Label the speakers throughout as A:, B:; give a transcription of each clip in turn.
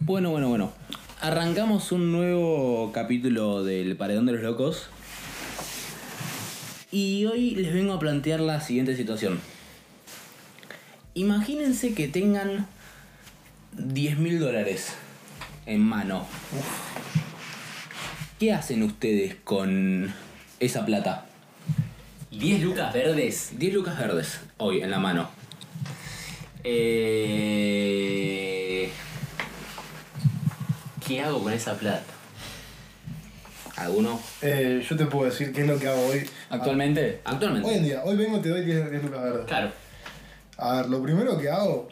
A: Bueno, bueno, bueno. Arrancamos un nuevo capítulo del Paredón de los Locos. Y hoy les vengo a plantear la siguiente situación. Imagínense que tengan 10 mil dólares en mano. ¿Qué hacen ustedes con esa plata?
B: 10 lucas verdes.
A: 10 lucas verdes hoy en la mano.
B: Eh... ¿Qué hago con esa plata?
A: ¿Alguno?
C: Eh, yo te puedo decir qué es lo que hago hoy.
D: Actualmente.
C: Ah,
A: Actualmente.
C: hoy en día, hoy vengo, te doy 10, 10 lucas verdes.
B: Claro.
C: A ver, lo primero que hago.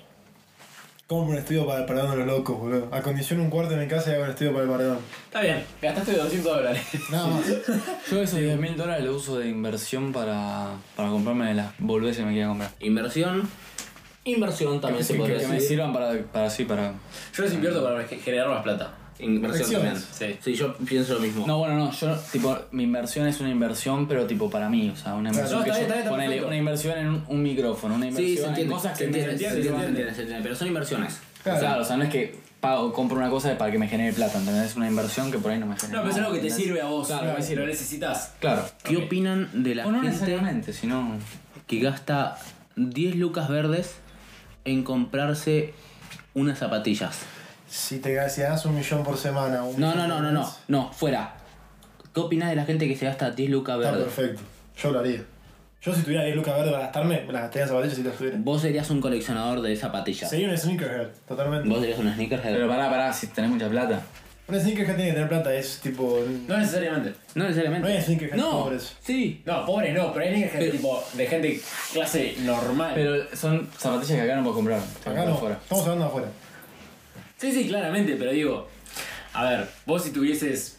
C: Compro un estudio para el paredón de los locos, boludo. Acondiciono un cuarto en mi casa y hago un estudio para el paredón.
B: Está bien. Gastaste 200 dólares.
C: Nada más.
D: Yo esos 10 mil dólares los uso de inversión para, para comprarme las boludeces que me quiera comprar.
A: Inversión. Inversión también se
D: Que,
A: podría
D: que me
A: decir.
D: sirvan para, para sí, para.
B: Yo los invierto para ge- generar más plata.
A: Inversión también.
C: Acciones.
A: Sí. sí, yo pienso lo mismo.
D: No, bueno, no, yo, tipo, mi inversión es una inversión, pero tipo para mí, o sea, una inversión
B: No,
D: que
B: está bien, está
D: yo-
B: bien, está
D: ponele,
B: perfecto.
D: una inversión en un, un micrófono, una
A: Sí, se
D: inversión en
A: entiende.
D: cosas
A: se
D: que me-
A: entiende, se
D: sí,
A: entiende,
D: solamente.
A: se entiende, pero son inversiones.
D: Claro.
C: Claro.
D: o sea, no es que pago, compro una cosa para que me genere plata, ¿entendés? Es una inversión que por ahí no me genera
B: No, pero es
D: nada,
B: algo que te
D: ¿entendés?
B: sirve a vos.
D: Claro, me
B: si lo
D: sirve.
B: necesitas.
D: Claro.
A: ¿Qué opinan de la
D: O no
A: gente
D: necesariamente, sino.
A: que gasta 10 lucas verdes en comprarse unas zapatillas?
C: Si te gaseas un millón por semana. un
A: No, no,
C: millón
A: no,
C: por
A: no, no,
C: mes,
A: no, fuera. ¿Qué opinas de la gente que se gasta 10 lucas
C: Está
A: verdes?
C: perfecto. Yo lo haría. Yo si tuviera 10 lucas verdes para gastarme, me las gastaría en zapatillas si las tuviera.
A: Vos serías un coleccionador de zapatillas.
C: Sería un sneakerhead, totalmente.
A: Vos serías un sneakerhead.
D: Pero pará, pará, si tenés mucha plata.
C: Un sneakerhead tiene que tener plata, es tipo.
B: No necesariamente.
A: no necesariamente.
C: No hay sneakerhead
A: No,
C: pobres.
A: sí.
B: No, pobre no, pero hay gente
A: Pero-
B: tipo de gente clase normal.
D: Pero son zapatillas que acá no puedes comprar. te
C: Acá
D: compras
C: no.
D: fuera.
C: Estamos hablando de afuera.
B: Sí, sí, claramente, pero digo, a ver, vos si tuvieses.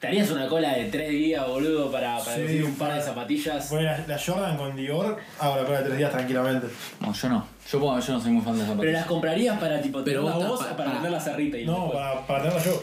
B: ¿Te harías una cola de tres días, boludo, para, para
C: Sí,
B: decir un par de
C: para-
B: zapatillas?
C: Poner la, la Jordan con Dior, hago la prueba de tres días tranquilamente.
D: No, yo no. Yo, puedo- yo no soy muy fan de
B: ¿Pero
D: zapatillas.
B: las comprarías para tipo
A: Pero
B: tenerlas
A: vos-
B: vos
A: pa-
B: o para
A: para-
B: venderlas a retail?
C: No,
B: después?
C: para, para tenerla yo.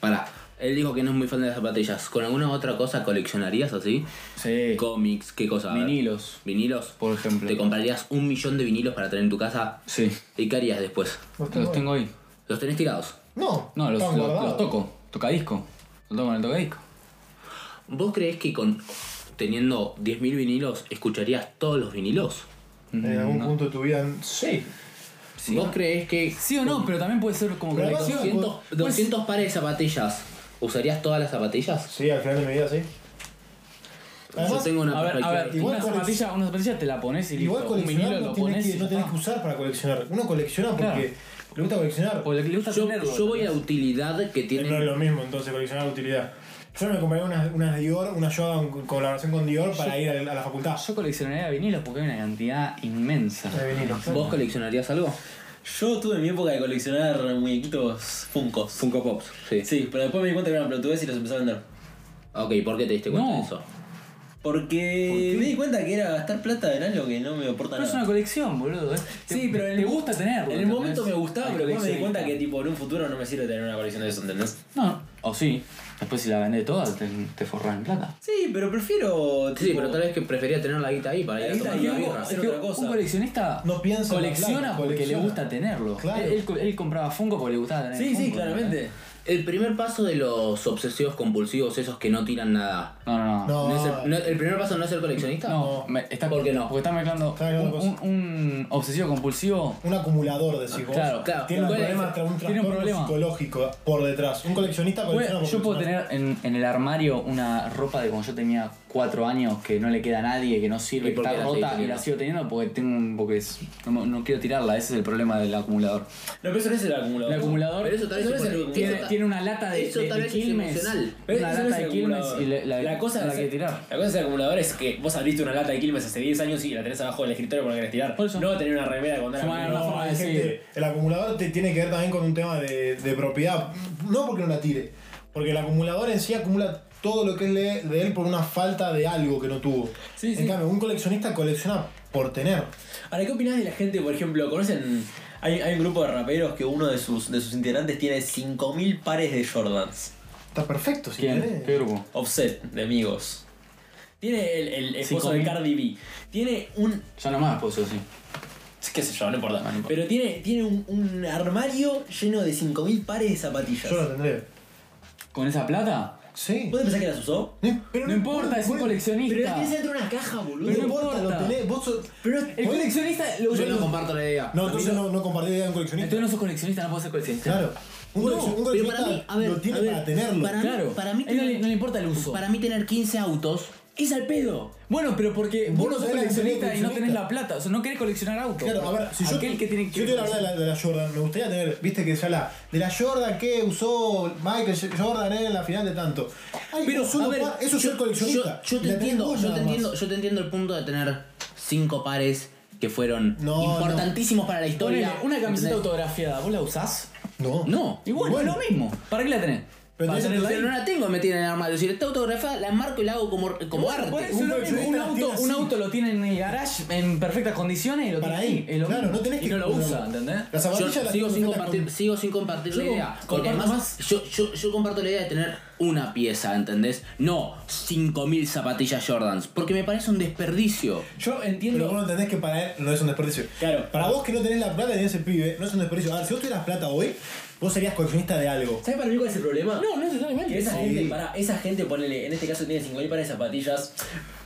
A: Pará. Él dijo que no es muy fan de las zapatillas. ¿Con alguna otra cosa coleccionarías así?
D: Sí.
A: Cómics, qué cosa. A ver.
D: Vinilos,
A: ¿Vinilos?
D: por ejemplo.
A: ¿Te comprarías un millón de vinilos para tener en tu casa?
D: Sí.
A: ¿Y qué harías después?
D: Los tengo ahí.
A: ¿Los tenés tirados?
C: No,
D: No, los,
C: están
D: los-
C: guardados.
D: los toco. Tocadisco. Los toco en el tocadisco.
A: ¿Vos creés que con teniendo 10.000 vinilos escucharías todos los vinilos?
C: En algún punto de tu vida. Sí.
A: ¿Vos creés que
D: Sí pues o no, pero también puede ser como
C: Pero
D: colección.
C: además-
A: 200, 200 pares de zapatillas usarías todas las zapatillas?
C: Sí, al final de mi vida sí.
A: Yo
C: Además,
A: tengo una
D: A ver, a
A: perspectiva.
D: ver,
C: Igual
D: una
C: colec-
D: zapatilla, una zapatilla te la pones y listo.
C: igual
D: Un vinilo
C: coleccionar no
D: lo
C: tenés,
D: pones
C: que,
D: y
C: no tenés
D: está.
C: que usar para coleccionar. Uno colecciona porque
D: Claro.
C: le gusta coleccionar.
D: O le, le gusta
A: Yo,
D: tenerlo.
A: yo voy a la utilidad que
C: No es
A: tienen.
C: lo mismo, entonces coleccionar utilidad. Yo me compraría unas, unas Dior, una Jordan con colaboración con Dior para ir a la, a la facultad.
D: Yo coleccionaría vinilos porque hay una cantidad inmensa.
C: De vinilo.
A: ¿Vos coleccionarías algo?
B: Yo tuve mi época de coleccionar muñequitos Funkos.
A: Funko Pops, sí.
B: Sí, pero después me di cuenta que eran pelotudez y los empecé a vender.
A: Ok, ¿por qué te diste cuenta
D: No.
A: de eso?
B: Porque me di cuenta que era gastar plata en algo que no me aporta
D: Pero es una colección, boludo. es-
B: Sí,
D: te-
B: pero en
D: te
B: el-
D: gusta tenerlo.
B: En el
D: ¿entendés?
B: momento me gustaba,
D: Al
B: pero después me di
D: coleccionista.
B: cuenta que tipo en un futuro no me sirve tener una colección de eso, ¿entendés?
D: No, o sí. Después si la vendés toda, te, te forrás en plata.
B: Sí, pero prefiero.
A: Sí, pero tal vez que prefería tener la guita ahí para ir a
B: La guita
A: tomar
B: ahí,
A: una
B: ¿no?
A: birra.
B: hacer otra cosa.
D: un coleccionista
C: No piensa en la
D: colecciona
C: plata,
D: porque
C: colecciona.
D: le gusta tenerlo.
C: Claro.
D: Él, él- él compraba Funko porque le gustaba tener
B: Sí,
D: Funko, ¿eh?
B: sí,
D: ¿entendés?
B: claramente.
A: El primer paso de los obsesivos compulsivos, esos que no tiran nada.
D: No, no, no.
C: No,
A: ¿No es el, no- el primer paso no es ser coleccionista?
D: No, me- está,
A: ¿Por qué no?
D: Porque está mezclando
C: Está mezclando
D: un, un- un obsesivo compulsivo.
C: Un acumulador, decís vos.
D: Ah, Claro, claro.
C: Tiene un
D: ¿Cuál es?
C: problema, tra- un
D: Tiene un
C: trastorno
D: problema.
C: psicológico por detrás. Un coleccionista colecciona
D: Bueno,
C: por
D: yo puedo
C: coleccionar.
D: tener en, en el armario una ropa de cuando yo tenía 4 años que no le queda a nadie, que no
A: ¿Y
D: sirve, que
A: por qué
D: está
A: la seguís
D: rota y la
A: teniendo?
D: sigo teniendo porque tengo un- porque es- no, no quiero tirarla, ese es el problema del acumulador.
B: No, pero eso no es el acumulador.
D: El acumulador
A: Pero eso tal vez
B: Eso no es
A: se
B: el
A: puede-
D: tiene,
A: eso ta-
D: tiene una lata de,
A: eso
D: de-
A: tal
D: de
A: vez es
D: Quilmes.
A: emocional.
B: Pero
D: una
B: eso no
D: lata
B: es
D: de
B: el
D: Quilmes
B: acumulador.
D: y la, la-
B: La cosa
D: la
B: es-
D: que tirar.
B: La cosa del acumulador es que vos abriste una lata de Quilmes hace 10 años y la tenés abajo del escritorio porque la querés tirar.
D: Por eso.
B: No tener una remera cuando
D: Sumar
B: era
D: una
B: menor.
D: forma de
C: Hay gente-
D: decir.
C: el acumulador te tiene que ver también con un tema de, de propiedad. No porque no la tire, porque el acumulador en sí acumula todo lo que es le- de él por una falta de algo que no tuvo.
B: Sí,
C: en
B: sí.
C: cambio, un coleccionista colecciona por tener.
B: Ahora, ¿qué opinás de la gente, por ejemplo? ¿Conocen? Hay, hay un grupo de raperos que uno de sus, de sus integrantes tiene 5000 pares de Jordans.
C: Está perfecto, si
D: ¿Quién?
C: querés.
D: ¿Qué grupo?
B: Offset, de amigos. Tiene el, el esposo de
D: 5.000.
B: Cardi B. Tiene un
D: Yo nomás puedo ser así.
B: Qué sé yo, no importa.
D: Ah, no importa.
E: Pero tiene, tiene un, un armario lleno de 5.000 pares de zapatillas.
C: Yo lo tendré.
D: ¿Con esa plata?
C: Sí.
E: ¿Vos te pensás que las usó?
C: No, pero
D: No importa, es un
C: bueno,
D: coleccionista.
E: Pero las tenés dentro de una caja, boludo.
C: No
D: Pero no
C: importa, lo
D: importa.
C: tenés. Vos sos-
E: Pero
D: El
C: Bueno.
D: coleccionista lo
A: Yo no
D: lo-
A: comparto la idea.
C: No, entonces no, no compartí idea de un coleccionista.
D: Entonces no sos coleccionista, no puedo ser coleccionista.
C: Claro. Un,
A: No,
C: coleccion- un
A: pero
C: coleccionista
A: para mí, a ver,
C: lo tiene
A: a ver,
C: para tenerlo.
A: para-
D: Claro.
A: para mí
D: A él no,
A: tiene-
D: le, no le importa el uso.
A: Para mí tener 15 autos
D: Es al pedo. Bueno, pero porque
C: Vos
D: vos no
C: no
D: sos
C: sabés la cantidad de
D: coleccionista y no tenés
C: coleccionistas.
D: la plata. O sea, no querés coleccionar autos.
C: Claro, a ver, si yo,
D: Aquel que tiene que.
C: yo te voy a hablar de la, de la Jordan, me gustaría tener, viste que ya la, de la Jordan que usó Michael Jordan en la final de tanto. Ay,
D: Pero,
C: solo
D: a ver,
C: pa- eso es ser
A: Yo,
C: coleccionista.
A: yo te
C: La tenés
A: entiendo,
C: vos
A: yo
C: nada
A: te
C: más.
A: entiendo, yo te entiendo el punto de tener cinco pares que fueron
C: No,
A: importantísimos para la
D: Ponele,
A: historia.
D: una camiseta
A: ¿Entendés?
D: autografiada, ¿vos la usás?
C: No.
A: No,
D: Y bueno,
C: Bueno.
D: es lo mismo. ¿Para qué la tenés?
C: Pero
D: ¿Para
C: tenés
D: tenerla
A: pero
D: ahí?
A: no la tengo metida en el armario. Si está autografada, la marco y la hago como, como
D: Bueno, por
A: arte.
D: eso es lo mismo.
C: coleccionista
D: un,
C: la tiene
D: auto,
C: así.
D: un auto lo tiene en el garage en perfectas condiciones y lo
C: Para
D: tiene
C: ahí.
D: Es lo
C: Claro,
D: mismo.
C: no tenés
D: y
C: que
D: no lo
C: comprarlo.
D: usa, ¿entendés?
C: La
A: Yo
C: zapatilla
A: sigo
C: la tengo
A: sin,
C: completa
A: compartir,
C: con-
A: sigo sin compartir la
D: Yo
A: idea.
D: comparto
A: Porque además,
D: más.
A: Yo, yo, yo comparto la idea de tener una pieza, ¿entendés? No 5.000 zapatillas Jordans. Porque me parece un desperdicio.
D: Yo
C: Pero vos
D: entiendo.
C: no entendés que para él no es un desperdicio.
B: Claro.
C: Para vos que no tenés la plata ni ese pibe, no es un desperdicio. A ver, si vos tuvieras plata hoy, vos serías coleccionista de algo.
E: ¿Sabes para mí cuál es el problema?
D: No, no necesariamente.
E: Que esa
D: No.
E: gente, para, esa gente, ponele, en este caso tiene 5.000 pares de zapatillas.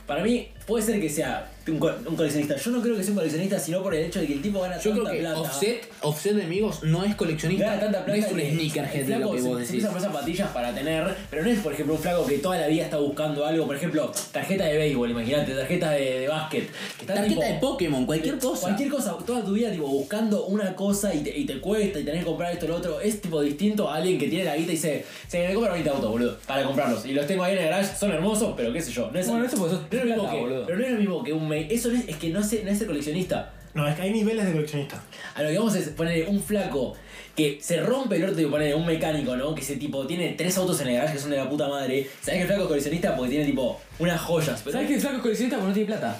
E: Para mí, puede ser que sea un, co- un coleccionista. Yo no creo que sea un coleccionista, sino por el hecho de que el tipo gana
A: Yo
E: tanta
A: creo que
E: plata.
A: Offset, Offset de amigos, no es coleccionista.
E: Gana tanta
A: No
E: plata.
A: es un
E: que
A: sneakerhead
E: el
A: de lo
E: flaco
A: que
E: se-
A: vos
E: se
A: decís.
E: empieza a poner zapatillas para tener, pero no es, por ejemplo, un flaco que toda la vida está buscando algo. Por ejemplo, tarjeta de béisbol, imagínate, tarjeta de, de básquet. que está
A: Tarjeta
E: tipo-
A: de Pokémon, cualquier cosa.
E: Cualquier cosa, toda tu vida tipo buscando una cosa y te, y te cuesta y tenés que comprar esto y lo otro, es tipo distinto a alguien que tiene la guita y dice, se me compra 20 autos, boludo, para comprarlos. Y los tengo ahí en el garage, son hermosos, pero qué sé yo. No es,
D: Bueno, eso porque sos
E: no es lo mismo
D: plata,
E: que-
D: boludo.
E: Pero no es lo mismo que un mail. Eso no es, es que no es, no es el coleccionista.
C: No, es que hay niveles de coleccionista.
E: A lo que vamos es ponerle un flaco que se rompe el orto y ponerle un mecánico, ¿no? Que ese tipo tiene tres autos en el garage que son de la puta madre. ¿Sabés que el flaco es coleccionista? Porque tiene tipo unas joyas. Pero
D: ¿Sabes que el flaco es coleccionista porque no tiene plata?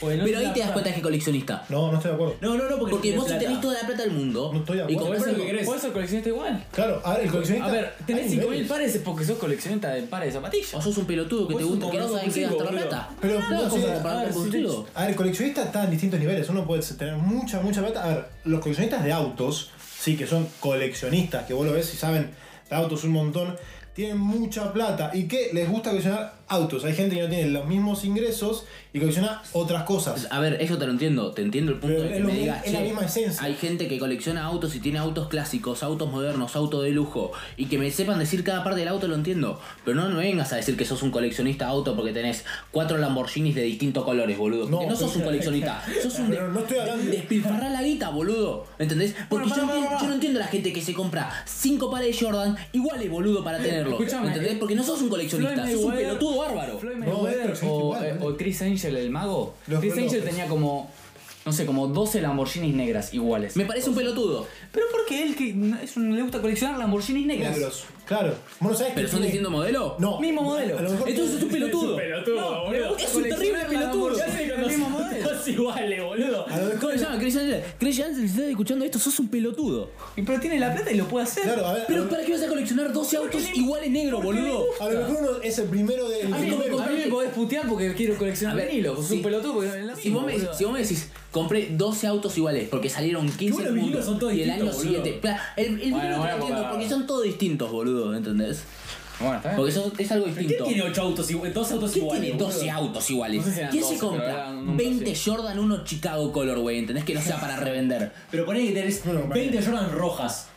D: Porque no
A: Pero
D: tiene
A: ahí
D: la
A: te das cuenta que es coleccionista.
C: No, no estoy de acuerdo.
E: No, no, no, porque,
A: Porque
E: tiene
A: vos si
E: plata.
A: tenés toda la plata del mundo.
C: No estoy de
A: y
C: acuerdo.
A: comprás
B: Pero
A: algo-
B: que querés.
D: Puedes ser coleccionista igual.
C: Claro, a ver, el coleccionista.
D: A ver, tenés
C: hay
D: 5000
C: niveles.
D: pares porque sos coleccionista de pares de
A: O
D: zapatillas.
A: sos un pelotudo que
D: Vos
A: te
D: sos
A: gusta
D: un
A: que no
D: cobrado
A: saben qué
D: compulsivo,
A: gastar la
D: boludo.
A: plata.
C: Pero,
A: Claro, ¿cómo
C: no, sí,
A: vas a comprar
D: a ver,
A: un
D: sí,
A: pelotudo?
C: A ver, el coleccionista está en distintos niveles. Uno puede tener mucha, mucha plata. A ver, los coleccionistas de autos, sí, que son coleccionistas, que vos lo ves y saben de autos un montón, tienen mucha plata y que les gusta coleccionar autos. Hay gente que no tiene los mismos ingresos y colecciona otras cosas.
A: A ver, eso te lo entiendo, te entiendo el punto de
C: Pero
A: que
C: es lo
A: me
C: mi-
A: digas,
C: es la
A: "Che,
C: misma esencia".
A: Hay gente que colecciona autos y tiene autos clásicos, autos modernos, autos de lujo, y que me sepan decir cada parte del auto lo entiendo. Pero no me vengas a decir que sos un coleccionista auto porque tenés cuatro Lamborghinis de distintos colores, boludo.
C: No,
A: Porque no, sos
C: pero-
A: un coleccionista, sos un
C: Pero no estoy hablando-
A: despilfarrá la guita, boludo. ¿Entendés? Porque
D: Bueno,
A: yo,
D: pará,
A: enti-
D: pará, pará.
A: yo no entiendo la gente que se compra cinco pares de Jordan iguales, boludo,
C: Eh,
A: para tenerlo.
D: Escuchame.
A: ¿Entendés? Porque no sos un coleccionista, sos un
D: Mayweather-
A: pelotudo bárbaro.
D: Floyd
C: No, es
D: Mayweather
C: coleccionista
D: o,
C: igual,
D: eh,
C: boludo.
D: o Chris Angel, el mago.
C: Los
D: Chris Angel
C: relojes.
D: tenía como, no sé, como 12 Lamborghinis negras iguales.
A: Me parece un pelotudo.
D: Pero porque él que no- es un, le gusta coleccionar Lamborghinis negras.
C: Negros. Claro. Vos no sabés
A: ¿Pero
C: que
A: son
C: tiene-
A: distintos modelos?
C: No.
D: Mismo modelo.
C: A lo mejor
A: Entonces es un pelotudo.
B: Pelotudo, boludo.
A: Es un terrible pelotudo.
B: Ya sé cuando
D: El mismo
B: son
D: modelo.
B: todos iguales, boludo.
C: A lo mejor-
A: ¿Cómo se llama? Chris Angel. Chris Angel, si estás escuchando esto, sos un pelotudo.
D: Y Pero tiene la plata y lo puede hacer.
C: Claro, a ver. a
A: Pero
C: lo-
A: ¿para qué vas a coleccionar 12 autos iguales negros, boludo?
C: A lo mejor uno es el primero de. el
D: A mí me-
C: primero.
D: a mí me podés putear porque quiero
A: A
D: coleccionar
A: ver,
D: vinilos. Vos sos
A: sí.
D: un pelotudo porque es la
A: Si vos, me,
D: misma, boludo.
A: si vos me decís, compré 12 autos iguales porque salieron 15
B: Igual
A: del
B: los
A: mundo
B: vinilos son todos
A: y el año
B: distintos, boludo.
A: siguiente. Pla- El, el vinilo
D: Bueno,
A: te
D: Ah.
A: lo
D: buena
A: entiendo
D: época.
A: porque son todos distintos, boludo, ¿entendés?
D: Bueno, está bien.
A: Porque eso es algo
B: ¿Quién
A: distinto.
B: tiene 8 autos iguales? Dos autos
A: ¿Quién
B: iguales.
A: tiene 12 autos iguales?
D: No sé si eran
A: ¿Quién se
D: 12, pero
A: compra
D: eran un número
A: 20 Jordan, uno Chicago Colorway? ¿Entendés? Que no sea para revender.
B: Pero ponés que tenés
C: Bueno,
B: 20 Jordan rojas.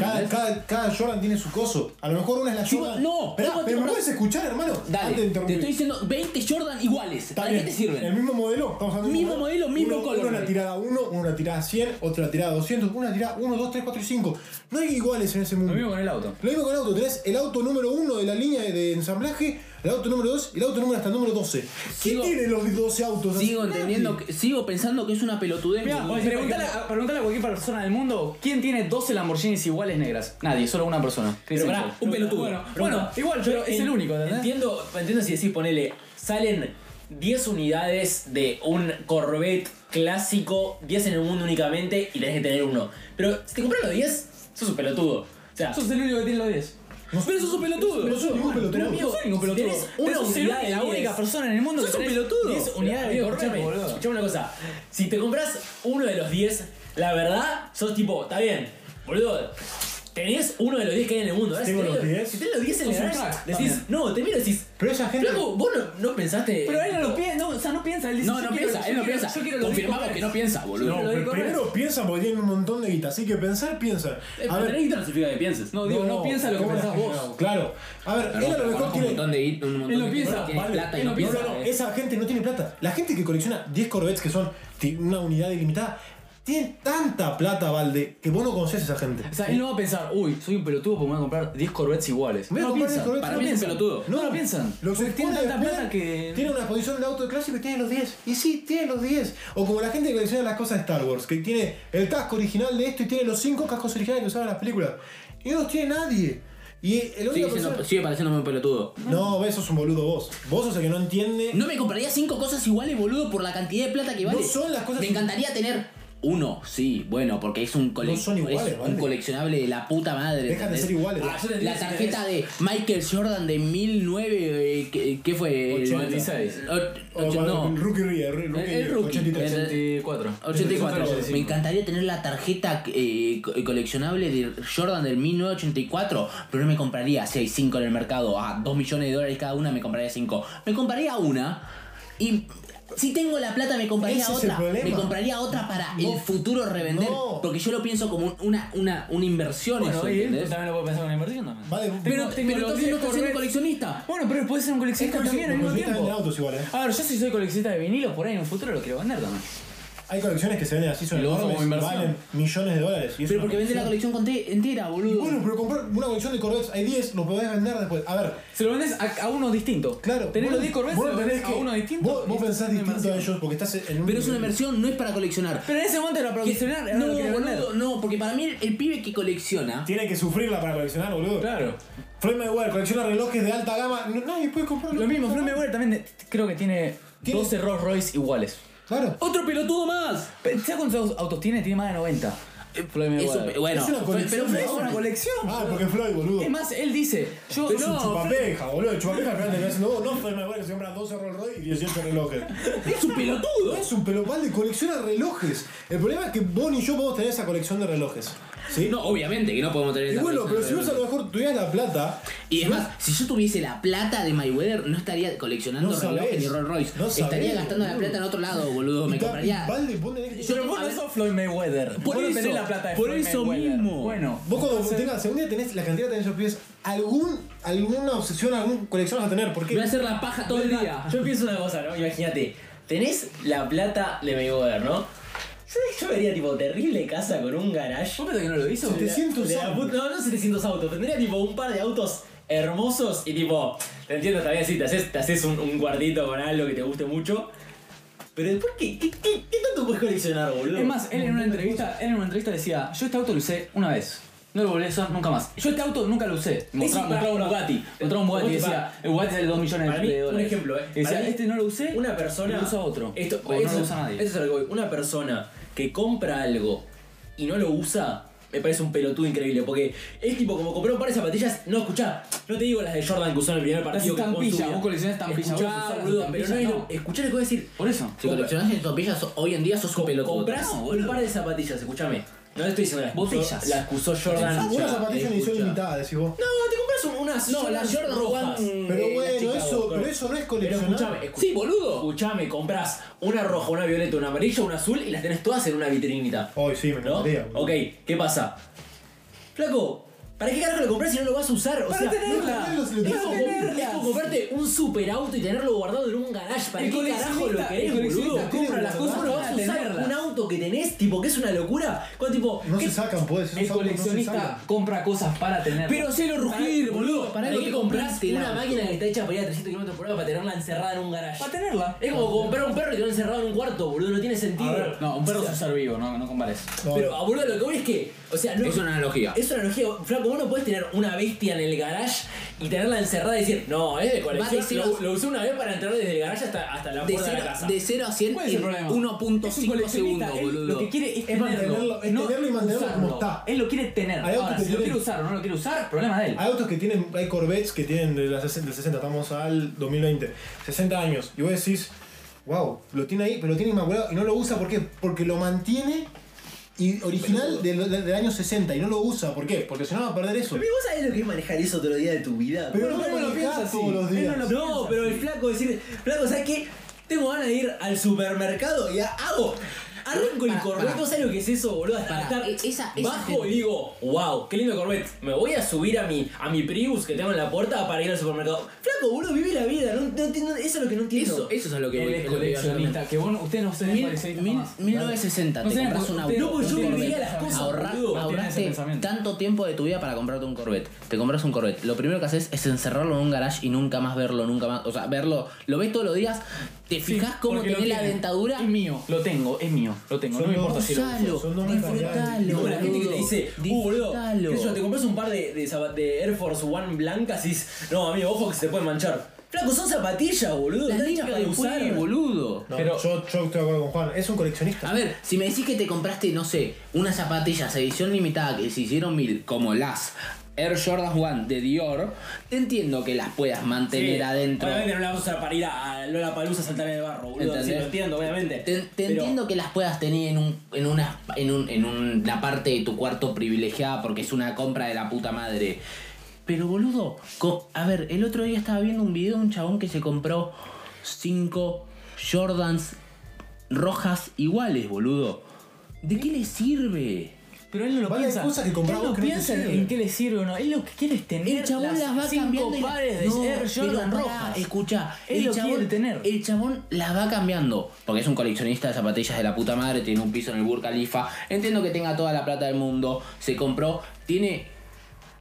C: Cada, cada, cada Jordan tiene su coso. A lo mejor una es la
A: Chico,
C: Jordan.
A: no,
C: Esperá,
A: tengo
C: pero me
A: otra-
C: puedes escuchar, hermano.
A: Dale,
C: Antes de
A: te
C: interrumpir.
A: estoy diciendo 20 Jordan iguales.
C: Está
A: ¿Para qué
C: bien.
A: te
C: El
A: sirven?
C: mismo modelo. Estamos hablando de un
A: Mismo modelo, mismo
C: uno,
A: color.
C: Una tirada 1, una tirada 100, otra tirada 200, una tirada 1, 2, 3, 4 y 5. No hay iguales en ese mundo.
D: Lo mismo con el auto.
C: Lo mismo con el auto. Tenés el auto número 1 de la línea de ensamblaje, el auto número 2 y el auto número hasta el número 12. ¿Quién
A: Sigo-
C: tiene los 12 autos?
A: Sigo
C: Nadie.
A: entendiendo, que- sigo pensando que es una pelotudez.
D: Mirá,
A: boludo.
D: Ah, pues, preguntale, a, preguntale a cualquier persona del mundo quién tiene 12 Lamborghinis iguales negras. Nadie, solo una persona.
B: Pero pará,
D: Angel.
B: un pelotudo.
D: Bueno,
B: Pero
D: bueno,
B: pará.
D: igual,
B: Yo
D: pero es
B: en-
D: el único, ¿entendés?
B: Entiendo, entiendo si decís, ponele, salen 10 unidades de un Corvette clásico, 10 en el mundo únicamente, y tenés que tener uno. Pero si te compras los 10, sos un pelotudo. O sea,
D: Sos el único que tiene los 10. Pero sos un pelotudo.
C: No soy ningún pelotudo.
D: No soy ningún pelotudo.
E: tenés una
D: Sos
E: unidad de
D: la
E: diez.
D: única persona en el mundo
E: Sos
D: que
E: un
D: tenés
E: pelotudo.
D: 10 unidades de
E: Amigo,
D: correr,
E: escuchame,
D: boludo.
E: escuchame una cosa. Si te compras uno de los 10, la verdad, sos tipo, está bien, boludo. Tenés uno de los 10 que hay en el mundo. Ahora,
C: Tengo
E: si tenés
C: los 10.
E: Si tenés los 10 en el
D: Sos un
E: garage,
D: crack,
E: decís,
D: también.
E: no, te miro y decís,
C: Pero esa gente.
E: flaco, vos no, no pensaste.
D: Pero él no lo piensa, no, o sea, no piensa. Él dice,
A: No,
D: yo
A: no
D: quiero-
A: piensa,
D: yo
A: él no
D: quiero-
A: piensa.
D: Yo quiero los
A: Confirmamos
D: discos
A: que no piensa, boludo.
C: No,
D: Lo
C: pero
D: digo
C: primero piensan porque tienen un montón de guita, así que pensar, piensa.
B: Eh,
C: A
B: pero tener
C: ver,
B: guita no significa que pienses.
D: No, digo, no piensa lo que
C: ¿cómo la
D: pensás vos.
C: generamos? Claro. A ver,
A: Perdón,
C: él a lo
A: pero
C: mejor
A: conozco un
C: tiene.
A: montón de un montón
D: Él no
A: de personas
D: piensa,
A: que tienen
D: vale,
A: plata y
D: él
A: no
D: no
A: piensa.
C: No, no,
A: eh.
C: esa gente no tiene plata. La gente que colecciona 10 Corvettes, que son ti- una unidad ilimitada, tiene tanta plata, Valde, que vos no conocés a esa gente.
D: O sea, él no va a pensar, uy, soy un pelotudo porque me voy a comprar 10 Corvettes iguales.
C: Voy a
D: No lo
C: comprar
D: piensan,
C: 10 Corvettes,
D: para
C: no
D: mí es un
C: piensan.
D: pelotudo. No lo piensan.
C: Lo que
D: tiene tanta
C: después,
D: plata que-
C: Tiene una posición de auto clásico y tiene los 10. Y sí, tiene los 10. O como la gente que colecciona las cosas de Star Wars, que tiene el casco original de esto y tiene los 5 cascos originales que usaban las películas. Y no los tiene nadie. Y el único
A: Sigue, siendo, sigue pareciéndome un pelotudo.
C: No, ves, sos un boludo vos. Vos sos el que no entiende.
A: No me compraría cinco cosas iguales, boludo, por la cantidad de plata que
C: No
A: vale.
C: son las cosas-
A: Me encantaría tener uno, sí, bueno, porque es un, cole-
C: No son iguales,
A: es un
C: vale.
A: coleccionable de la puta madre.
C: Dejan de
A: ¿entendés?
C: ser iguales.
B: Ah, yo tendría
A: La
B: que
A: tarjeta de Michael Jordan de 1009, eh, ¿qué, qué fue? El-
D: 86.
A: Och-
C: O
A: och-
C: para-
A: no,
C: el Rookie Rie- el Rookie
A: El-
C: Rie-
A: el rookie.
C: 83.
A: El-
D: 84.
A: 84.
D: 85.
A: Me encantaría tener la tarjeta eh, co- coleccionable de Jordan del 1984, pero no me compraría si hay 5 en el mercado a 2 millones de dólares cada una, me compraría 5. Me compraría una y si tengo la plata me compraría
C: Ese es el
A: otra. me
C: problema.
A: compraría otra para
C: No.
A: el futuro revender,
C: No.
A: porque yo lo pienso como un- una, una, una inversión eso,
D: Bueno, y él
A: ¿entendés?
D: también lo puede pensar en una inversión también.
C: Vale,
A: Pero,
D: tengo
A: pero
D: los
A: entonces no
D: 10
A: estás siendo
D: Corvettes.
A: coleccionista.
D: Bueno, pero puede ser un coleccionista también al
C: Los
D: mismo
C: coleccionistas venden
D: tiempo.
C: autos igual, eh.
D: A ver, yo si soy coleccionista de vinilos, por ahí en un futuro lo quiero vender también.
C: Hay colecciones que se venden así, son
D: Y lo uso
C: enormes,
D: como inversión.
C: valen millones de dólares. y es
A: Pero
C: una
A: porque vende la colección
C: colección.
A: con te- entera,
C: Y
A: boludo.
C: Bueno, pero comprar una colección de Corvettes, hay 10, lo podés vender después. A ver,
D: Se lo vendes a, a uno distinto.
C: claro.
D: Tenés
C: vos-
D: los 10 Corvettes,
C: vos
D: se lo
C: tenés
D: vendés a
C: que-
D: uno distinto.
C: Vos, vos pensás
D: y- y
C: distinto a
D: demasiado.
C: ellos porque estás en un.
A: Pero es una inversión, no es para coleccionar.
D: Pero en ese momento era para
A: Que-
D: coleccionar, ahora
A: no,
D: lo quiero vender.
A: boludo, no, porque para mí el, el pibe que colecciona.
C: Tiene que sufrirla para coleccionar, boludo.
D: Claro.
C: Floyd Mayweather colecciona relojes de alta gama. No, nadie puede comprarlo.
D: Lo mismo, Floyd Mayweather también de- creo que tiene
C: Tiene-
D: 12 Rolls Royce iguales.
C: Claro.
A: ¡Otro pelotudo más!
D: Pero, ¿Sabes cuántos autos tiene? Tiene más de 90. Floyd
A: Eso,
D: Mayweather.
A: bueno,
C: es una
A: pero-
C: colección.
A: pero
C: de
A: Floyd-
D: es una
C: autos.
D: colección,
C: Ah,
D: boludo.
C: porque Floyd, boludo.
D: Es más, él dice, yo
C: Es un
D: no,
C: chupapeja, boludo. El chupapeja al final termina siendo vos. No, Floyd Mayweather que se compra 12 Rolls Royce y 18 relojes.
A: ¡Es un pelotudo!
C: Es un pelopal de colecciona relojes. El problema es que vos ni yo podemos tener esa colección de relojes. ¿Sí?
A: No, obviamente que no podemos tener
C: y
A: esa
C: bueno, pero
A: colección.
C: si vos a lo mejor tuvieras la plata.
A: Y es más, si yo tuviese la plata de Mayweather, no estaría coleccionando
C: No sabés.
A: relojes ni Rolls Royce.
C: No
A: estaría
C: sabés,
A: gastando la
C: boludo.
A: plata en otro lado, boludo. Me
C: y ta-
A: compraría.
C: y Valde, vos tenés que-
A: Yo-
D: pero vos
A: a
D: no
A: ver-
D: sos Floyd Mayweather.
A: Por
D: Vos no
A: eso,
D: tenés la plata de
A: por
D: Floyd
A: eso
D: Mayweather.
A: mismo.
D: Bueno,
C: Vos cuando tengas, algún día tenés la cantidad de esos pies, algún, alguna obsesión, algún colección vas a tener. ¿Por
A: Me voy a
C: qué?
A: hacer la paja todo el día.
E: Yo pienso una cosa, ¿no? Imagínate, tenés la plata de Mayweather, ¿no? Yo, yo vería tipo terrible casa con un garage.
D: ¿vos pensás que no lo hizo?
C: Sí. 700
E: De la
C: autos.
E: put- No, no 700 autos. Tendría tipo un par de autos hermosos y tipo. Te entiendo, está bien, sí, te haces, te haces un, un guardito con algo que te guste mucho. Pero después, ¿qué, qué, qué, qué tanto puedes coleccionar, boludo?
D: Es más, él en una entrevista, él en una entrevista decía, yo este auto lo usé una vez. No lo volví a usar nunca más. Yo este auto nunca lo usé. Mostraba,
E: para-
D: mostraba un Bugatti. Mostraba un Bugatti y decía, el Bugatti sale 2 millones
E: Para mí,
D: de
E: un
D: dólares.
E: ejemplo, eh.
D: Y decía,
E: Para mí,
D: este no lo usé.
E: Una persona.
D: Lo usa otro.
E: Esto,
D: o no
E: eso-
D: lo usa nadie.
E: Eso es algo. Una persona que compra algo y no lo usa. Me parece un pelotudo increíble, porque es tipo como compró un par de zapatillas, no escuchá, no te digo las de Jordan que usó en el primer partido. que jugó en su
D: estampillas,
E: vida.
D: vos coleccionás estampillas, vos
E: Escuchá,
D: usás las
E: boludo, pero no es lo.
D: estampillas, no.
E: Escuchá lo que voy a decir.
D: Por eso.
A: Si coleccionás en topillas, hoy en día sos un pelotudo.
E: Comprás
D: No,
E: un
D: boludo.
E: par de zapatillas, escúchame. No te estoy diciendo las usó-
D: Botillas.
E: Las que usó Jordan.
C: Ah, Una zapatilla en edición
E: Escuchá.
C: limitada, decís vos.
E: No, te compras un- unas.
A: No, la Jordan
E: rojas.
A: One,
C: Pero
A: eh, la
C: bueno,
A: Chicago,
C: eso,
A: creo.
C: pero eso no es
E: Pero
C: coleccionar.
E: escuchame, escu-
A: Sí, boludo.
E: Escuchame, compras una roja, una violeta, una amarilla, una azul y las tenés todas en una vitrinita.
C: Hoy sí, me
E: ¿No?
C: encantaría. boludo.
E: ok, ¿qué pasa? Flaco, ¿para qué carajo lo compras si no lo vas a usar? O sea,
C: tenerla.
E: no,
C: Para
E: es como-
D: tenerla.
E: Es como comprarte un super auto y tenerlo guardado en un garage. ¿Para
D: El
E: qué carajo lo
D: coleccionista- el
E: querés,
D: coleccionista
E: boludo?
D: compra
E: ¿Cómo
D: las cosas
E: no vas
D: para
E: a usar
D: tenerlas?
E: un auto que tenés? Tipo, que es una locura. Con tipo.
C: No
E: ¿qué-
C: se sacan, podés. esos
D: El
C: autos no se
D: coleccionista
C: sacan.
D: compra cosas para tener.
A: Pero hacelo rugir, boludo.
E: ¿Para
A: algo
E: qué
A: te
E: compraste
A: el
E: una
A: auto.
E: máquina que está hecha para ir a 300 kilómetros por hora para tenerla encerrada en un garage?
D: para tenerla.
E: Es como comprar un perro y tenerlo encerrado en un cuarto, boludo. No tiene sentido.
D: No, un perro es un ser vivo, no, no compares.
C: No,
E: Pero, ah, boludo, lo que voy es que, O sea, no.
A: Es una analogía.
E: Es una analogía. Flaco, vos no podés tener una bestia en el garage y tenerla encerrada y decir, no, es de colección.
A: decir-
E: lo, lo usé una vez para entrar desde el garage hasta, hasta la
A: De
E: puerta de, la casa.
A: 0, a 100
D: ¿Cuál es el
A: en
D: problema?
B: Es un
A: 1.5
B: coleccionista,
A: segundos,
B: él
A: boludo.
D: Lo que quiere es,
C: mantenerlo, es tenerlo y mantenerlo como
D: usarlo.
C: está.
D: Él lo quiere tener.
C: Hay autos
D: Ahora,
C: que
D: si lo
C: tienen-
D: quiere usar o no lo quiere usar, problema de él.
C: Hay autos que tienen, hay Corvettes que tienen de las 60, del 60, estamos al 2020, 60 años, y vos decís, wow, lo tiene ahí, pero lo tiene inmaculado y no lo usa, ¿por qué? Porque lo mantiene y original del, del- del año 60 y no lo usa, ¿por qué? Porque si no va a perder eso.
F: Pero vos sabés lo que es manejar eso otro día de tu vida.
C: Pero
F: boludo.
C: no
D: pero
C: lo
D: no lo
C: manejás
D: piensa
C: todos
D: así.
C: los
F: Él
C: días.
F: no lo
E: No,
F: piensa
E: pero
F: así.
E: el flaco decir, flaco, ¿sabes qué? Tengo ganas de ir al supermercado y a- hago. Arranco el
A: Pará,
E: Corvette,
A: pará.
E: ¿no sabes lo que es eso, boludo? Hasta
A: Pará,
E: estar
A: e- esa- esa
E: bajo
A: gente-
E: y digo, wow, qué lindo Corvette. Me voy a subir a mi, a mi Prius que tengo en la puerta para ir al supermercado. Flaco, boludo, vive la vida. No, no entiendo- eso es lo que no entiendo.
A: Eso, eso es a lo que
D: Él
A: es
D: es
A: lo que iba a hacer.
D: coleccionista, que vos, no- ustedes no se ven
A: Mil-
D: coleccionistas
A: mil-
D: jamás.
A: 1960,
D: No
A: te
D: sé,
A: compras un
D: no
A: auto.
D: tengo-
E: Loco, yo
D: no tengo
E: vivía
D: ese
E: las cosas,
D: pensamiento.
E: Ahorra-
A: Ahorra-
E: boludo.
D: Mantenés ese
A: ahorraste
D: pensamiento.
A: tanto tiempo de tu vida para comprarte un Corvette. Te compras un Corvette. Lo primero que haces es encerrarlo en un garage y nunca más verlo, nunca más. O sea, verlo. Lo ves todos los días. Te fijas cómo
D: porque lo
A: tenés la
D: tiene.
A: dentadura.
D: Es mío, lo tengo, es mío, lo tengo, no
C: Son
D: me
C: dos-
D: importa si lo
A: Usalo,
C: son dos mentalidades.
A: disfrutalo.
E: Como la gente que te
A: boludo.
E: dice, uh, boludo,
A: Disfrutalo.
E: qué sé yo, te compras un par de, de zapa- de Air Force One blancas y dices, no, amigo, ojo que se te pueden manchar. Flaco, son zapatillas, boludo.
A: Las
E: están hechas
A: limpias
E: para
A: después,
E: usar.
A: boludo.
C: No,
D: Pero-
C: yo, yo estoy de acuerdo con Juan, es un coleccionista.
A: A ver, si me decís que te compraste, no sé, unas zapatillas edición limitada que se hicieron mil, como las Air Jordan One de Dior, te entiendo que las puedas mantener
E: Sí,
A: adentro.
E: Obviamente no la vas a usar para ir a Lola Palusa a saltar en el barro, boludo.
A: ¿Entendés?
E: Sí, lo entiendo, obviamente.
A: Te, te
E: Pero
A: entiendo que las puedas tener en, un, en, una, en, un- en una parte de tu cuarto privilegiada porque es una compra de la puta madre. Pero boludo, co- a ver, el otro día estaba viendo un video de un chabón que se compró cinco Jordans rojas iguales, boludo. ¿De qué le sirve?
D: Pero él no lo
C: Vale, hay
D: piensa.
C: cosas que
D: él
C: compramos
D: no
C: que no te
D: piensa en-
C: sirven.
D: en qué le sirve o no. Él lo que quiere es tener
A: El chabón las, va
D: cinco
A: cambiando. y la-
D: pares de
A: No,
D: Air
A: pero
D: Jordan
A: pará,
D: rojas.
A: Escuchá,
D: Él
A: el
D: lo
A: chabón,
D: quiere tener.
A: el chabón las va cambiando. Porque es un coleccionista de zapatillas de la puta madre, tiene un piso en el Burj Khalifa. Entiendo que tenga toda la plata del mundo. Se compró, tiene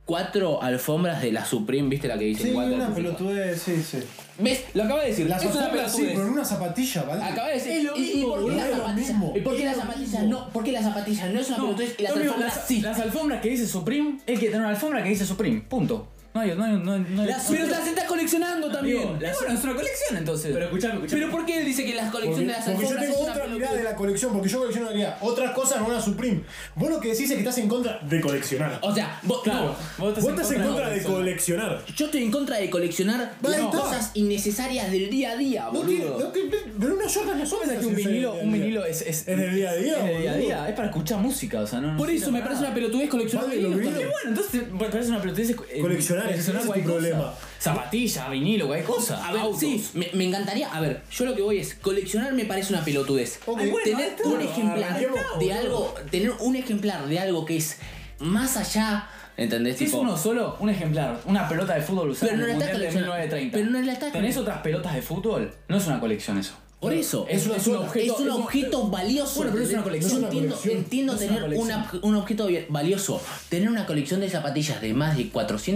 A: cuatro alfombras de la Supreme, ¿viste la que dice
C: Sí,
A: cuatro?
C: una
A: alfombras?
C: pelotudez, sí, sí.
A: ¿Ves? Lo acaba de decir.
C: Las
A: es una
C: alfombras sí,
A: pelotudez.
C: pero en una zapatilla, ¿vale?
A: Acaba de decir.
E: Es lo
A: ¿Y- y
E: mismo,
A: por qué
E: boludo,
A: las
C: es lo
A: zapatillas?
C: mismo.
A: ¿Y por qué las zapatillas no? ¿Por qué las zapatillas no es una pelotudez y las
D: no, amigo,
A: alfombras
D: las-
A: sí?
D: Las alfombras que dice Supreme, él quiere tener una alfombra que dice Supreme. Punto. No hay, no hay, no hay, no hay-
E: Las-
D: no hay-
A: Pero las estás coleccionando también.
D: Amigo, las- bueno, es una colección entonces.
E: Pero escuchame, escuchame.
A: Pero ¿por qué él dice que las colecciones
C: Porque,
A: de las
C: porque yo
A: alfombras
C: tengo
A: es una
C: otra mirada
A: pelotudez?
C: de la colección, porque yo coleccionaría otras cosas, no una Supreme. Vos lo que decís es que estás en contra de coleccionar.
A: O sea, vos,
D: claro,
A: no,
D: vos
C: Vos estás en contra de
D: eso.
C: coleccionar.
A: yo estoy en contra de coleccionar
C: Ahí
A: las
C: está.
A: cosas innecesarias del día a día,
C: No
A: boludo.
C: tiene, no tiene, pero una Jordan no son
D: ¿Sabes que
C: esas
D: un
C: que se
D: vinilo,
C: ven
D: un
C: día a día?
D: vinilo es, es,
C: Es del día a día,
D: Es del día a
C: boludo.
D: día, es para escuchar música, o sea, no. no
A: Por
D: sirve
A: eso me
D: para
A: parece
D: nada.
A: una pelotudez coleccionar
C: Vale, lo
A: vinilos
C: vi.
A: también.
D: Y bueno, entonces, bueno, parece una pelotudez. eh,
C: Coleccionar, ese es tu
D: cualquier cosa.
C: problema.
D: Zapatilla, vinilo, cualquier cosa.
A: A ver,
D: autos.
A: sí, me, me encantaría. A ver, yo lo que voy es coleccionar me parece una pelotudez.
C: Ok.
A: tener
C: Bueno,
A: un
C: está,
A: ejemplar
C: arranquemos,
A: de
C: boludo.
A: algo, tener un ejemplar de algo que es más allá, ¿entendés?
D: Si es
A: Tipo,
D: uno solo, un ejemplar, una pelota de fútbol usada
A: Pero no
D: en el
A: la estás
D: Mundial de
A: coleccionando.
D: 1930.
A: Pero no la estás
D: ¿Tenés otras pelotas de fútbol? No es una colección eso.
A: por eso.
D: Es,
C: una
D: es un
C: sola.
D: objeto.
A: es un objeto valioso.
D: Bueno, pero es una colección.
A: Yo
C: Es una
A: entiendo,
C: colección.
A: entiendo
D: Es una
A: tener
D: colección.
A: una- un objeto vi- valioso. Tener una colección de zapatillas de más de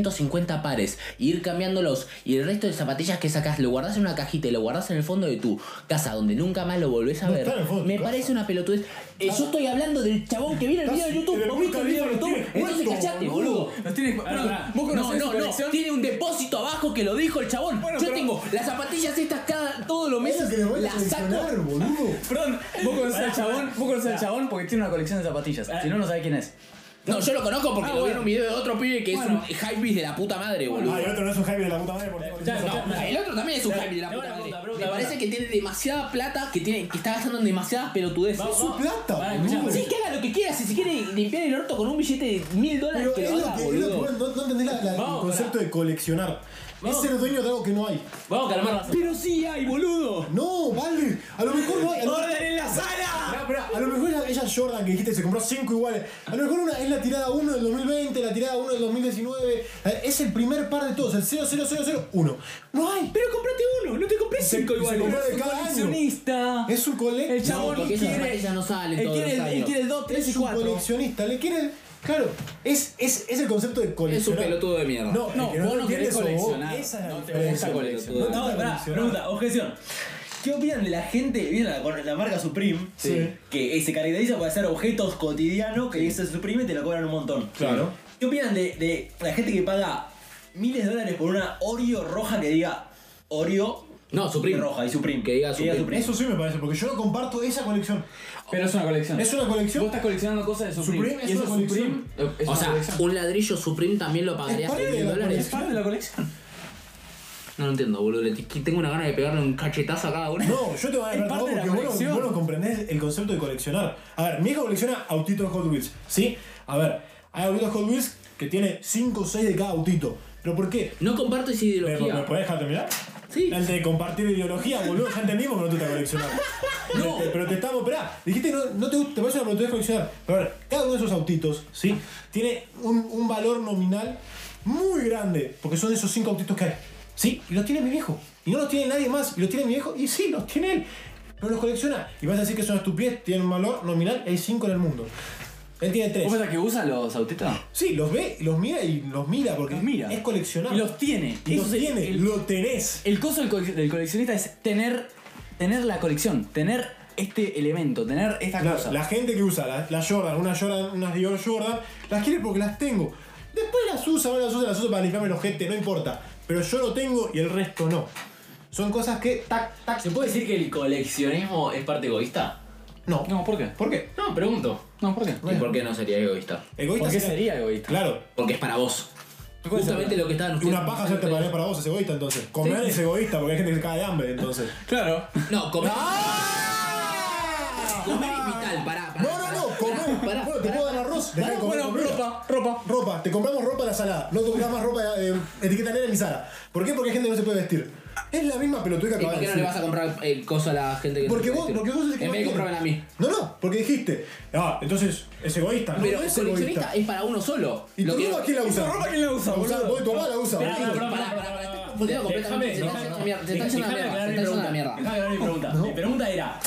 A: 450 pares, y ir cambiándolos y el resto de zapatillas que sacas lo guardás en una cajita y lo guardás en el fondo de tu casa donde nunca más lo volvés a
C: No
A: ver.
C: está en el fondo de
A: Me
C: tu casa.
A: parece una pelotudez. Eh, yo estoy hablando del chabón que viene el video de
C: Estás-
A: YouTube.
C: el
A: ¿Vos viste el video de
C: Burj Khalifa
A: YouTube?
C: lo tiene
A: Entonces
C: puesto,
A: callate,
C: boludo.
A: boludo.
D: Nos tiene- bueno,
E: pará.
D: vos
A: No,
D: conocés su
A: no, no.
D: colección.
A: Tiene un depósito abajo que lo dijo el chabón.
D: Bueno,
A: Yo
D: pero-
A: tengo las zapatillas estas cada todos los
C: Eso
A: meses.
C: que le voy a
A: Las saco.
C: coleccionar, boludo.
D: Perdón, vos conocés al
E: Pará,
D: chabón,
E: pará.
D: vos conocés al chabón porque tiene una colección de zapatillas. Si no, no sabés quién es.
A: No, yo lo conozco porque
D: Ah,
A: lo vi en
D: bueno.
A: un video de otro pibe que
D: Bueno.
A: es un hypebeast de la puta madre, boludo.
C: Ah, el otro no es un Jaime de la puta madre porque colecciona
E: ya,
A: No,
C: zapatillas.
A: el otro también es un
E: Pero,
A: hypebeast de la
E: pero
A: puta
E: una
A: madre.
E: pregunta, pregunta,
A: Me parece
E: bueno.
A: que tiene demasiada plata, que tiene que está gastando en demasiadas pelotudeces.
E: Vamos,
C: Es su
E: vamos.
C: plata,
E: Pará,
C: boludo.
E: escuchame.
A: Sí, que haga lo que quiera, si se quiere limpiar el orto con un billete de mil dólares,
C: Pero
A: que
C: es
A: lo
C: lo
A: haga,
C: que, es lo que
A: boludo.
C: vos no, no entendés la- la- el
E: Vamos,
C: concepto de coleccionar.
E: Vamos.
C: Es ser dueño de algo que no hay.
E: Vamos a calmar las
A: Pero sí hay, boludo.
C: No, vale. A lo mejor no hay. A lo,
E: ¡Orden en la sala!
C: Pará, pará, a lo mejor esa, esa Jordan que dijiste se compró cinco iguales. A lo mejor una es la tirada 1 del 2020, la tirada 1 del 2019. Eh, Es el primer par de todos, el 00001. No hay.
E: Pero comprate uno, no te compré
C: Se-
E: cinco
C: se
E: iguales.
C: compró de cada año.
D: Coleccionista.
C: Es un
D: El
C: coleccionista.
D: chabón
A: porque esas
D: quiere.
A: zapatillas no salen
D: él
A: todos
D: quiere
A: los
D: el- Él
A: años.
D: quiere el 2, 3 y
C: Es un
D: 4.
C: coleccionista. Le quieren. Claro, es, es, es el concepto de
A: Es un
C: coleccionar.
A: pelotudo de mierda.
C: No, el
D: No,
C: que
D: vos
C: lo
D: no querés
C: entiende sos vos.
D: coleccionar.
C: Esa es la
D: No te
C: diferencia.
D: gusta coleccionar.
E: No, pará, pregunta, objeción. ¿Qué opinan de la gente? ¿Vieron la, la marca Supreme?
C: Sí.
E: Que eh, se caracteriza por hacer objetos cotidianos que se Supreme y te lo cobran un montón.
C: Claro.
E: ¿Qué opinan de, de la gente que paga miles de dólares por una Oreo roja que diga Oreo
A: No, Supreme.
E: roja y Supreme?
A: Que diga Supreme.
C: Eso sí me parece, porque yo no comparto esa colección.
D: Pero es una colección.
C: Es una colección.
D: Vos estás coleccionando cosas de Supreme.
C: Supreme es
D: y eso
C: una colección.
D: Supreme, eh, es
A: O
D: una
A: sea,
D: colección.
A: un ladrillo Supreme también lo pagarías
C: parte
A: 3.000
C: de la
A: dólares.
D: es parte de la colección.
A: No lo entiendo, boludo. Le- Tengo una gana de pegarle un cachetazo a cada uno.
C: No, yo te voy a
D: Es
C: ganar todo
D: parte de
C: porque
D: la
C: vos no,
D: colección.
C: vos no comprendés el concepto de coleccionar. A ver, mi hijo colecciona autitos Hot Wheels, ¿sí? A ver, hay autitos Hot Wheels que tiene 5 o 6 de cada autito. ¿Pero por qué?
A: No comparto esa
C: ¿Me,
A: ideología.
C: me podés dejar terminar?
A: Sí.
C: El de compartir ideología, boludo, ya entendimos que no te gusta coleccionar. Este,
A: No.
C: Pero te estamos, esperá, dijiste no, no te gusta, te parece una oportunidad de coleccionar. Pero a ver, cada uno de esos autitos, ¿sí? Tiene un, un valor nominal muy grande, porque son esos cinco autitos que hay. ¿Sí? Y los tiene mi viejo. Y no los tiene nadie más. Y los tiene mi viejo. Y sí, los tiene él. Pero los colecciona. Y vas a decir que son estupidez, tienen un valor nominal, hay cinco en el mundo. Él tiene tres.
D: ¿Vos pensás que usa los autitos?
C: Sí, los ve, los mira y los mira, porque
D: Los mira.
C: es coleccionar.
D: Y los tiene.
C: Y los
D: Eso es el-
C: tiene,
D: el-
C: lo tenés.
D: El coso del, cole- del coleccionista es tener, tener la colección, tener este elemento, tener esta
C: Claro,
D: cosa.
C: la gente que usa las la Jordan, una Jordan, unas Dior Jordan, las quiere porque las tengo. Después las usa, no las usa, las usa para limpiarme los gente, no importa. Pero yo lo tengo y el resto no. Son cosas que. Tac, tac.
E: ¿Se puede decir que el coleccionismo es parte egoísta?
C: No.
D: No, ¿por qué?
C: ¿Por qué?
E: No, pregunto.
D: No, ¿por qué?
A: ¿Y por qué no sería egoísta?
C: Egoísta
D: ¿Por qué
C: será-
D: sería egoísta?
C: Claro.
A: Porque es para vos.
D: puedes
A: Justamente
D: saber.
A: lo que estaban ustedes.
C: Una paja hacerte para para vos es egoísta entonces. Comer es egoísta porque hay gente que se cae de hambre entonces.
D: Claro.
A: No, comer.
C: ¡Ah!
A: Comer es vital, pará, pará.
C: No, no, no, comer.
A: Pará,
C: Bueno, te
A: pará.
C: puedo dar arroz. dejá de
D: Bueno,
C: comer
D: bueno,
C: comida.
D: ropa, ropa.
C: Ropa, te compramos ropa de la salada. No te comprás más ropa de eh, etiqueta negra ni Sara. ¿Por qué? Porque hay gente que no se puede vestir. Es la misma pelotuda que
A: ¿Y por
C: acabas de
A: qué no le
C: decir.
A: vas a comprar eh, cosas a la gente que
C: Porque
A: no
C: vos, porque vos sos el que
A: En vez
C: más
A: de
C: tiene.
A: comprarme a mí.
C: No, no, porque dijiste. Ah, entonces es egoísta. No,
A: Pero
C: no
A: el
C: es
A: coleccionista
C: egoísta.
A: es para uno solo.
C: ¿Y tu
A: que-
C: ropa quién la usa?
D: ¿Tu ropa quién la usa, boludo?
C: Vos y tu mamá la usa.
B: Pará,
C: boludo.
B: pará,
A: Pará, pará, pará. estás confundido completamente. Se está yendo a la mierda. Se está yendo a
B: Déjame
A: la mierda.
B: aclarar
A: Se
B: mi
A: está yendo a la
B: pregunta.
A: mierda.
B: Déjame aclarar mi pregunta.
C: No.
E: Mi pregunta era,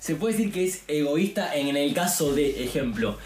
E: ¿se puede decir que es egoísta en el caso de, ejemplo,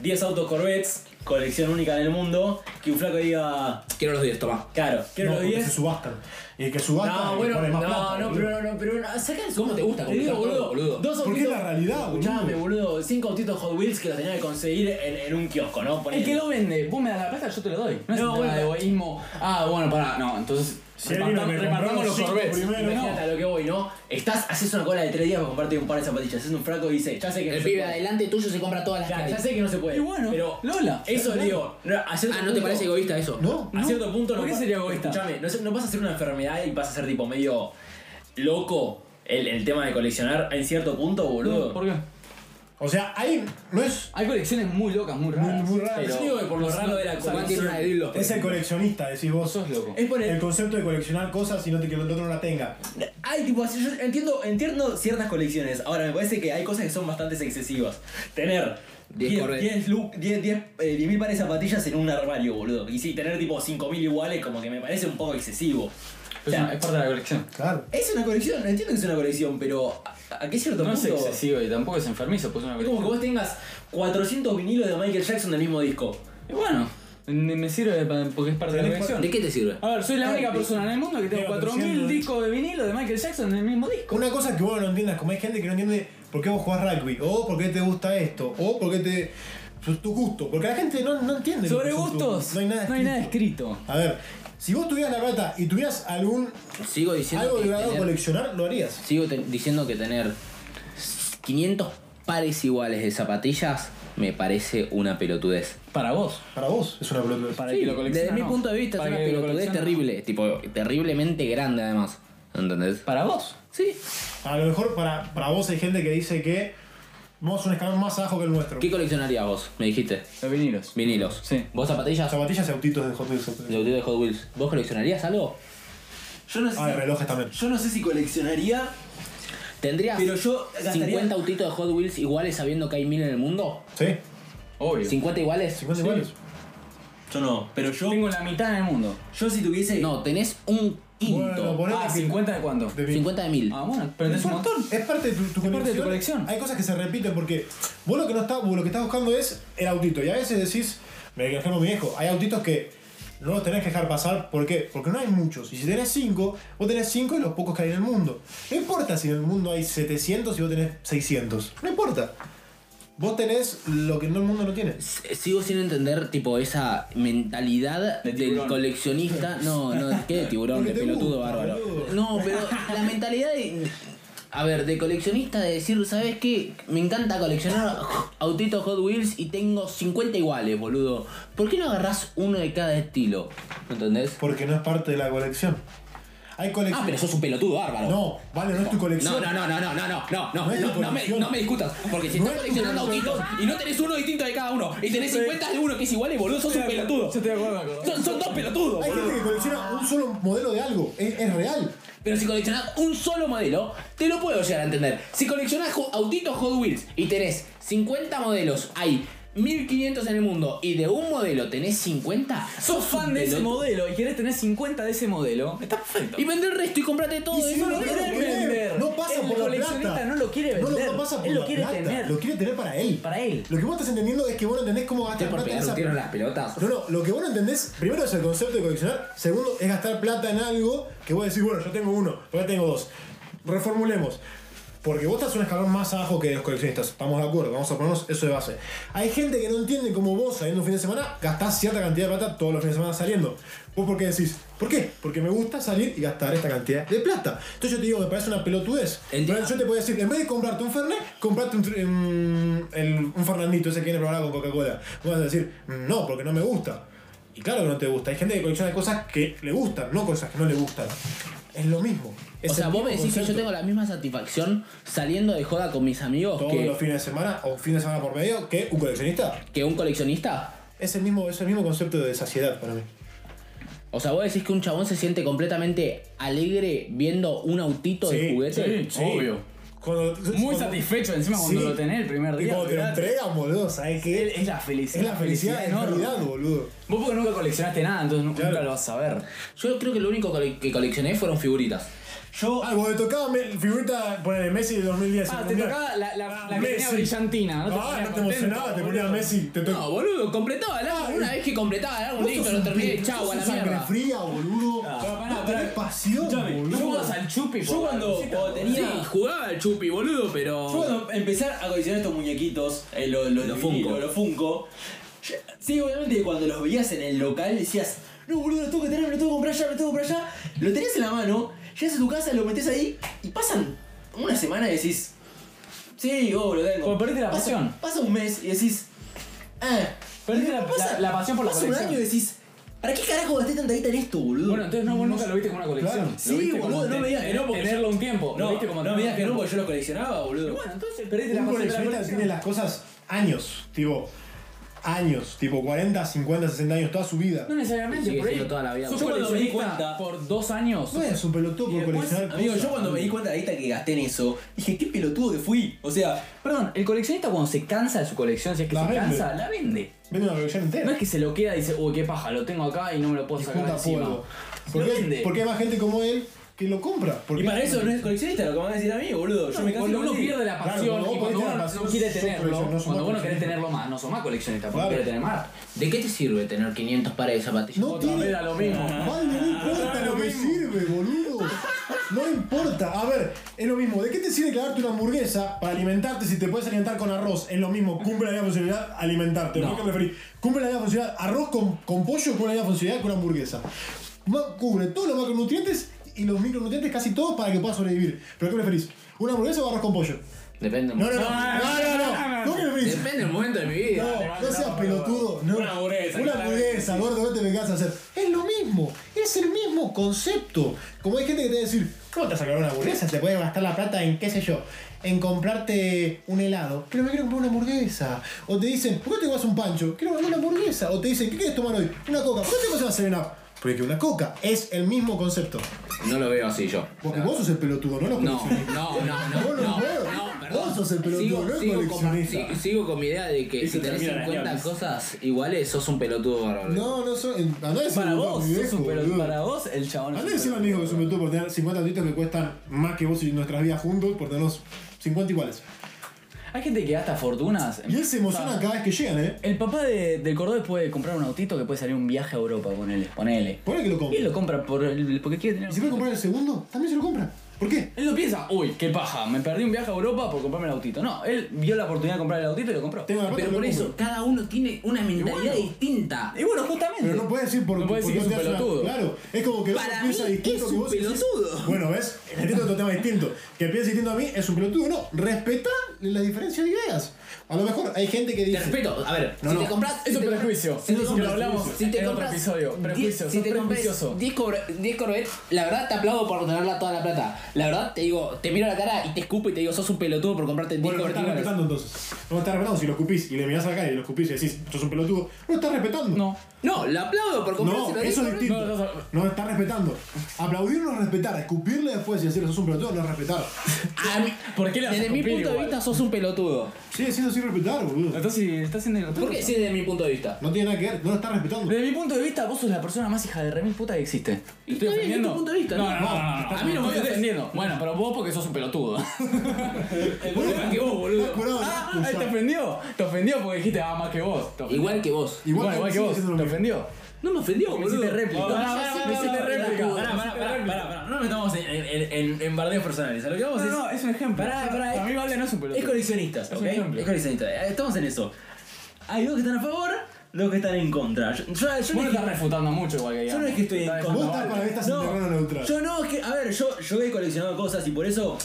E: 10 autos Corvettes, colección única en el mundo, que un flaco diga,
A: Quiero los 10, toma.
E: claro, quiero
C: No,
E: los
C: porque se
E: 10?
C: subastan. Y el que subasta
E: No,
C: le
E: bueno,
C: pone más
E: no,
C: plata,
E: no,
C: boludo.
E: pero no, pero no, saca el
A: ¿Cómo te gusta
E: Te digo,
A: complicar todo,
E: boludo,
A: boludo?
E: Dos
C: Porque
E: autitos-
C: es la realidad, boludo.
E: Escuchame, boludo, cinco autitos Hot Wheels que los tenía que conseguir en, en un kiosco, ¿no? Ponele.
D: El que lo vende, vos me das la plata, yo te lo doy. No es
E: No,
D: un tema
E: bueno.
D: de egoísmo. Ah, bueno, pará, no, entonces
C: Si alguien
D: repartam-
C: me compró
D: repartamos los
C: cinco
D: corvettes.
C: primero.
D: No,
E: Imagínate a lo que voy, ¿no? Estás, haces una cola de tres días para comprarte un par de zapatillas, haces un fraco y dices, ya sé que no
A: El
E: se
A: pibe
E: puede.
A: adelante tuyo se compra todas las
E: Ya, ya
A: calles.
E: sé que no se puede.
D: Y bueno,
E: pero
D: Lola.
E: Eso digo, no, a cierto
A: Ah, ¿no te
E: punto-
A: parece egoísta eso?
C: No,
E: A cierto punto no
D: ¿Por qué
E: pa-
D: sería egoísta?
E: Escuchame, no, se- no vas a ser una enfermedad y vas a ser tipo medio loco el, el tema de coleccionar en cierto punto, boludo.
D: ¿Por qué?
C: O sea, ahí no es.
D: Hay colecciones muy locas, muy raras.
C: Muy raras.
D: pero-
E: Yo digo que por lo raro de la
A: O sea, Juan tiene una de
E: colección.
A: dildos.
C: Es el coleccionista, decís vos.
D: Sos loco.
E: Es por el-
C: El concepto de coleccionar cosas y no te que el otro no la tenga.
E: Ay, tipo, así, yo entiendo, entiendo ciertas colecciones. Ahora, me parece que hay cosas que son bastante excesivas. Tener
A: 10
E: 10
A: correas.
E: 10 lu- 10 10, eh, 10.000 pares de zapatillas en un armario, boludo. Y sí, tener tipo 5.000 iguales como que me parece un poco excesivo. O
D: Es
E: sea,
D: una- es parte de la colección.
C: Claro.
E: es una colección, entiendo que es una colección, pero ¿a, a qué cierto
D: No es
E: punto?
D: excesivo y tampoco es enfermizo, pues es una
E: Es como que
D: colección.
E: vos tengas 400 vinilos de Michael Jackson del mismo disco.
D: Y bueno, me me sirve pa- porque es parte de la colección.
A: ¿De qué te sirve?
D: A ver, soy la única persona en el mundo que tengo
C: Digo,
D: 4000
C: 400, ¿eh?
D: discos de vinilo de Michael Jackson en el mismo disco.
C: Una cosa que vos no entiendas, como hay gente que no entiende por qué vos jugás rugby, o por qué te gusta esto, o por qué te. sus- tu gusto. Porque la gente no, no entiende. lo que
D: Sobre
C: son tus
D: gustos,
C: No hay nada
D: escrito.
C: A ver, si vos tuvieras la plata y tuvieras algún.
A: Sigo diciendo
C: algo
A: que
C: de a
A: tener-
C: coleccionar, lo harías.
A: Sigo te- diciendo que tener 500 pares iguales de zapatillas me parece una pelotudez.
D: Para vos.
C: Para vos es una pelota.
D: Para el que lo colecciona.
A: Desde mi
D: no.
A: punto de vista es
D: Para
A: una
D: el que lo
A: pelotudez
D: colecciona,
A: terrible, tipo terriblemente grande además. ¿Entendés?
D: no. Para vos.
A: Sí.
C: A lo mejor para, para vos hay gente que dice que vamos un escalón más abajo que el nuestro.
A: ¿Qué coleccionarías vos? Me dijiste.
D: Los vinilos.
A: Vinilos.
D: Sí.
A: ¿Vos zapatillas?
C: Zapatillas y autitos de Hot Wheels.
A: De autito de Hot Wheels. ¿Vos coleccionarías algo?
E: Yo no sé,
C: Ah, y relojes también.
E: yo no sé si coleccionaría,
A: ¿Tendrías
E: pero yo gastaría
A: 50 autitos de Hot Wheels iguales sabiendo que hay mil en el mundo?
C: ¿Sí?
D: Obvio.
A: ¿50 iguales?
C: 50 iguales.
E: Yo no, pero yo
D: Tengo la mitad en el mundo.
E: yo si tuviese
A: No, tenés un quinto.
C: Bueno, ponele
D: Ah,
C: que-
D: 50 de cuánto?
C: de mil.
A: 50 de mil.
D: Ah, bueno, pero
C: No
D: tenés un
C: importa,
D: montón.
C: Es parte de tu, tu
D: Es parte de tu colección.
C: Hay cosas que se repiten porque vos lo que no está, vos lo que estás buscando es el autito. Y a veces decís, me ejemplo mi viejo, hay autitos que no los tenés que dejar pasar. ¿Por qué? Porque no hay muchos. Y si tenés 5, vos tenés 5 de los pocos que hay en el mundo. No importa si en el mundo hay 700 y vos tenés 600. No importa. Vos tenés lo que no el mundo no tiene.
A: S- Sigo sin entender, tipo, esa mentalidad del
D: tiburón.
A: coleccionista. No, no, ¿qué de tiburón?
C: Porque
A: De
C: te
A: pelotudo
C: gusta,
A: bárbaro.
C: boludo.
A: No, pero la mentalidad de. A ver, de coleccionista de decir, ¿sabes qué? Me encanta coleccionar autitos Hot Wheels y tengo 50 iguales, boludo. ¿Por qué no agarrás uno de cada estilo? ¿Entendés?
C: Porque no es parte de la colección. Hay
A: Ah, pero
C: colecciones.
A: sos un pelotudo bárbaro.
C: no, vale, no es tu
A: No,
C: colección.
A: no, no, no, no, no, no, no,
C: No
A: no,
C: es tu
A: no, me,
C: colección.
A: no me discutas. Porque si
C: No
A: estás
C: es tu
A: coleccionando
C: colección.
A: autitos y no tenés uno distinto de cada uno y tenés 50 de uno que es igual y boludo, sos un pelotudo.
D: Yo estoy de acuerdo con
A: Son, son dos pelotudos,
C: Hay gente
A: boludo.
C: que colecciona un solo modelo de algo. Es, es real.
A: Pero si coleccionás un solo modelo, te lo puedo llegar a entender. Si coleccionás jo- autitos Hot Wheels y tenés 50 modelos, hay 1500 en el mundo y de un modelo tenés 50,
D: Sos fan de ese
A: pelotudo.
D: modelo y querés tener 50 de ese modelo. Está perfecto.
A: Y vender el resto y comprate todo
D: Y si
A: eso.
D: no lo
A: ¿no?
D: quiere
C: quiere
D: vender.
C: No pasa
D: El
C: por la
D: coleccionista
C: plata.
D: no lo quiere vender.
C: No, pasa por
D: Él lo
C: la
D: quiere
C: plata.
D: tener.
C: Lo quiere tener para él.
D: Para él.
C: Lo que vos estás entendiendo es que vos no entendés cómo
A: Te
C: gastar
A: por
C: plata en
A: pegar un
C: esa
A: tiro en las pelotas.
C: No, no, lo que vos no entendés, primero es el concepto de coleccionar, segundo es gastar plata en algo que vos decís, bueno, yo tengo uno, ahora tengo dos. Reformulemos. Porque vos estás un escalón más abajo que los coleccionistas, estamos de acuerdo, vamos a ponernos eso de base. Hay gente que no entiende cómo vos saliendo un fin de semana gastás cierta cantidad de plata todos los fines de semana saliendo. ¿Vos por qué decís? ¿Por qué? Porque me gusta salir y gastar esta cantidad de plata. Entonces yo te digo, me parece una pelotudez.
A: Entiendo.
C: Pero yo te puedo decir, en vez de comprarte un Fernet, comprate un, tr- un- el- un Fernandito, ese que viene preparado con Coca-Cola. Vos vas a decir, "Mm, no, porque no me gusta. Y claro que no te gusta. Hay gente que colecciona cosas que le gustan, no cosas que no le gustan. Es lo mismo. Es
A: O sea,
C: el
A: vos
C: mismo
A: me decís que yo
C: concepto.
A: tengo la misma satisfacción saliendo de joda con mis amigos
C: Todos
A: que,
C: los fines de semana o fin de semana por medio que un coleccionista.
A: que un coleccionista.
C: Es el mismo, es el mismo concepto de saciedad para mí.
A: O sea, vos decís que un chabón se siente completamente alegre viendo un autito de
C: Sí,
A: juguete.
D: Sí, obvio.
C: Cuando-
D: Muy
C: cuando-
D: satisfecho encima cuando
C: Sí.
D: lo tenés el primer
C: Y
D: día.
C: cuando te lo
D: olvidate.
C: entregan, boludo, ¿sabes qué?
D: Es la felicidad.
C: Es la felicidad, en
D: enorme.
C: realidad, boludo.
D: Vos porque nunca coleccionaste nada, entonces nu-
C: Claro.
D: nunca lo vas a ver.
A: Yo creo que lo único cole- que coleccioné fueron figuritas.
C: Yo. Ah, cuando tocaba me- figurita por el Messi de 2010.
D: Ah,
C: el
D: te
C: mundial.
D: tocaba la, la, la que
C: Messi.
D: tenía brillantina, ¿no?
C: ah,
D: ponías
C: no te
D: contento,
C: emocionaba, te ponía
D: boludo.
C: Messi, te tocaba.
A: No, Ah, boludo, completaba el álbum. Una vez que completaba el álbum, listo, lo terminé. Chau, a la
C: sangre
A: mierda.
C: fría, boludo.
D: Ah. pará,
C: no
D: pará.
C: tenés pasión,
E: Escuchame,
C: boludo.
D: Yo vas al chupi,
E: Yo
D: por la
E: cuando,
D: cosita,
E: cuando
D: boludo.
E: tenía.
A: Sí, jugaba el chupi, boludo,
E: Yo
A: pero.
E: cuando empecé a coleccionar estos muñequitos, eh, lo- lo-
A: Los
E: de vinilo,
A: Funko.
E: los Funko, yo- sí, obviamente cuando los veías en el local decías, no boludo, lo tengo que tener, lo tengo que comprar ya, lo tengo que comprar ya. Lo tenés en la mano, llegas a tu casa, lo metes ahí y pasan una semana y decís, sí, oh, lo tengo.
D: Como perdiste la
E: Pasa-
D: pasión.
E: Pasa un mes y decís, ah.
D: Perdiste
E: Y
D: la-
E: pasa-
D: la- la pasión por la
E: Pasa un
D: colección.
E: año y decís, ¿para qué carajo gasté tanta guita en esto, boludo?
D: Bueno, entonces no, vos nunca lo viste como una colección.
C: Claro.
D: Lo
E: Sí,
D: viste como
E: boludo, no
D: ten-
E: me digas que no, porque
D: Tenerlo un tiempo. lo
E: no,
D: viste como
E: no me
D: tenerlo
E: digas que
D: un
E: no,
D: tiempo.
E: porque yo los coleccionaba, boludo.
D: Bueno, entonces perdiste la
C: Un
D: pasión de la
C: coleccionista tiene
D: colección.
C: las cosas años, tipo. Años, tipo 40, 50, 60 años, toda su vida.
D: No necesariamente,
A: Sigue
D: por ahí.
A: siendo toda la vida.
D: Sos
E: Yo cuando me di
D: coleccionista
E: cuenta-
D: por dos años.
C: No es un pelotudo
D: Y
C: por
D: después,
C: coleccionar.
E: Amigo,
C: cosas.
E: yo cuando me di cuenta de la guita que gasté en eso, dije, qué pelotudo que fui. O sea,
D: Perdón, el coleccionista cuando se cansa de su colección, si es que
C: La
D: se
C: vende.
D: cansa, la vende.
C: Vende una colección entera.
D: No es que se lo queda y dice, uy, qué paja, lo tengo acá y no me lo puedo
C: Y
D: sacar
C: junta
D: encima.
C: polvo.
D: Se
C: ¿Por
D: lo vende.
C: qué, porque hay más gente como él que lo compra. Porque
E: y para eso no es coleccionista, lo que van a decir a mí, boludo. Yo me cansé
D: cuando uno
E: con
D: pierde la
C: Claro,
D: pasión
C: cuando
D: y
C: vos
D: cuando
C: perdés la
D: uno
C: pasión,
D: no quiere
C: sos
D: tenerlo,
C: coleccionista, no sos
D: cuando vos no
C: coleccionista.
D: querés tenerlo más, no sos más coleccionista, porque
C: Claro.
D: querés tener más.
A: ¿De qué te sirve tener 500 pares de zapatillas?
C: No
D: Otra
C: tiene.
D: vez a lo mismo.
C: Vale, no importa lo que sirve, boludo. No importa. A ver, es lo mismo. ¿De qué te sirve clavarte una hamburguesa para alimentarte si te puedes alimentar con arroz? Es lo mismo. Cumple la misma funcionalidad alimentarte. ¿A qué me referí? Cumple la misma funcionalidad. Arroz con, con pollo cumple la misma funcionalidad que una hamburguesa. Ma- Cubre todos los macronutrientes y los micronutrientes casi todos para que puedas sobrevivir. ¿Pero a qué me referís? ¿Una hamburguesa o arroz con pollo?
A: Depende.
C: No, no, no. No, no, no. ¿Cómo que me referís?
A: Depende del momento de mi
C: No,
A: vida.
C: no seas pelotudo. No.
B: Una hamburguesa,
C: Una
B: claramente.
C: hamburguesa, gordo, no te vengas a hacer. Es lo mismo, es el mismo concepto. Como hay gente que te va a decir, ¿cómo te vas a comprar una hamburguesa? Te puedes gastar la plata en, qué sé yo, en comprarte un helado. Pero me quiero comprar una hamburguesa. O te dicen, ¿por qué te vas un pancho? Quiero comprar una hamburguesa. O te dicen, ¿qué quieres tomar hoy? Una coca. ¿Por qué te vas a Seven Up? Porque una coca es el mismo concepto.
A: No lo veo así yo.
C: Porque vos sos el pelotudo, no lo
A: No, no, no, no,
C: Vos
A: no,
C: no
A: no,
C: puedo.
A: perdón.
C: Vos sos el pelotudo,
A: sigo,
C: no el
A: sigo con,
C: coleccionista.
A: si- sigo con mi idea de que
B: Eso
A: si tenés
B: termina en
A: 50
B: años.
A: cosas iguales, sos un pelotudo bárbaro.
C: No, no soy. Andá a decirle
D: Para
C: a
D: vos,
C: mi
D: sos
C: viejo,
D: un pelo-
C: boludo.
D: para vos el
C: Andá
D: chabón. es
C: a
D: un
C: decirle a mi hijo que se metió por tener 50 autitos que cuestan más que vos y nuestras vidas juntos por tenernos 50 iguales.
D: Hay gente que gasta fortunas. en-
C: Y él se emociona
D: O sea,
C: cada vez que llegan, ¿eh?
D: El papá de, del Cordobés puede comprar un autito que puede salir un viaje a Europa, ponele. Ponele.
C: Ponele que lo
D: Y él
C: compra.
D: lo compra por el- porque quiere tener.
C: Y si puede comprar el segundo, también se lo compra. ¿Por qué?
D: Él no piensa, uy, qué paja, me perdí un viaje a Europa por comprarme el autito. No, él vio la oportunidad de comprar el autito y lo compró.
C: Tengo la plata,
A: Pero
C: lo
A: por eso,
C: compro.
A: cada uno tiene una mentalidad distinta.
D: Y bueno, justamente.
C: Pero no puedes decir por
D: No puedes
C: por
D: decir
C: qué
D: que es
C: te
D: un
C: hace una-
D: pelotudo.
C: Claro, es como que
A: Para
C: otro piensa
A: mí
C: distinto
A: es
C: que
A: un
C: vos decís,
A: pelotudo.
C: Bueno, ¿ves? Entiendo otro tema distinto. Que piensa distinto a mí es un pelotudo. No, respeta las diferencias de ideas. A lo mejor hay gente que
A: Te
C: dice.
A: respeto, a ver,
C: No,
A: si
C: no.
A: te compras.
D: Eso es prejuicio.
A: Si te
D: Eso
A: compras,
D: lo hablamos
A: si te
D: en otro
A: compras
D: episodio.
A: diez-
D: Prejuicio,
A: Si te
D: sos
A: compras
D: prejuicioso.
A: 10 Corvette- 10 Corvette, la verdad te aplaudo por tenerla toda la plata. La verdad te digo, te miro a la cara y te escupo y te digo, sos un pelotudo por comprarte 10
C: Bueno, no estás
A: Corvette.
C: respetando entonces. No estás respetando si lo escupís y le mirás a la cara y lo escupís y decís, sos un pelotudo. No estás respetando.
D: No.
A: No, la aplaudo por comprarse
C: No,
A: la
C: eso es
A: 10 Corvette.
C: distinto.
D: No,
C: No,
D: no,
C: está respetando. Aplaudir no es respetar. Escupirle después y decirle sos un pelotudo no es respetar.
A: A mí-
D: ¿Por qué le vas a
A: Desde mi
D: escupir
A: punto de
D: igual?
A: vista, sos un pelotudo.
C: Sigue siendo sin respetar, boludo.
D: Entonces, está siendo irrespetuoso.
A: ¿Por qué? Sí, desde mi punto de vista.
C: No tiene nada que ver, no lo estás respetando.
D: Desde mi punto de vista, vos sos la persona más hija de remil puta que existe. ¿Te estoy
A: está bien,
D: ofendiendo?
A: es tu punto de vista,
D: No,
A: ¿no?
D: no, no, no, no, A mí no me estoy ofendiendo. Bueno, pero vos porque sos un pelotudo.
E: El problema es que vos,
C: Estás
E: boludo.
C: curado,
D: ah,
C: ¿no?
D: te ofendió. Te ofendió porque dijiste, ah, más que vos. Te ofendió.
A: Igual que vos.
D: Bueno, igual que
C: sigue
D: vos.
C: siendo lo
D: Te
C: mismo.
D: ofendió.
A: No me ofendió,
D: Me
A: boludo.
D: hiciste réplica.
A: No,
D: Pará,
A: ya
D: pará,
A: sé, me
D: pará,
A: hiciste
D: pará,
A: réplica.
D: pará,
A: Pará,
E: Pará, pará, pará, pará, pará. No nos metamos en, en, en, en bardeos personales. A lo que vamos
D: No,
E: es.
D: no, es un ejemplo.
E: Pará, pará,
D: Para
E: es-
D: mí Valde no es un
E: Es
D: pelotudo.
E: coleccionistas,
D: Es
E: ¿ok?
D: un ejemplo.
E: Es coleccionista. Eh, Estamos en eso. Hay dos que están a favor, dos que están en contra. Yo, yo, yo
D: Vos
E: no
D: lo
E: dije-
D: estás refutando mucho igual que
E: Yo no
D: digamos.
E: es que estoy en
D: Estás
E: contra.
C: Vos
D: defendiendo a
C: estás
D: Valde.
C: para mí estás en terreno neutral.
E: Yo no, es que, a ver, yo, yo he coleccionado cosas y por eso,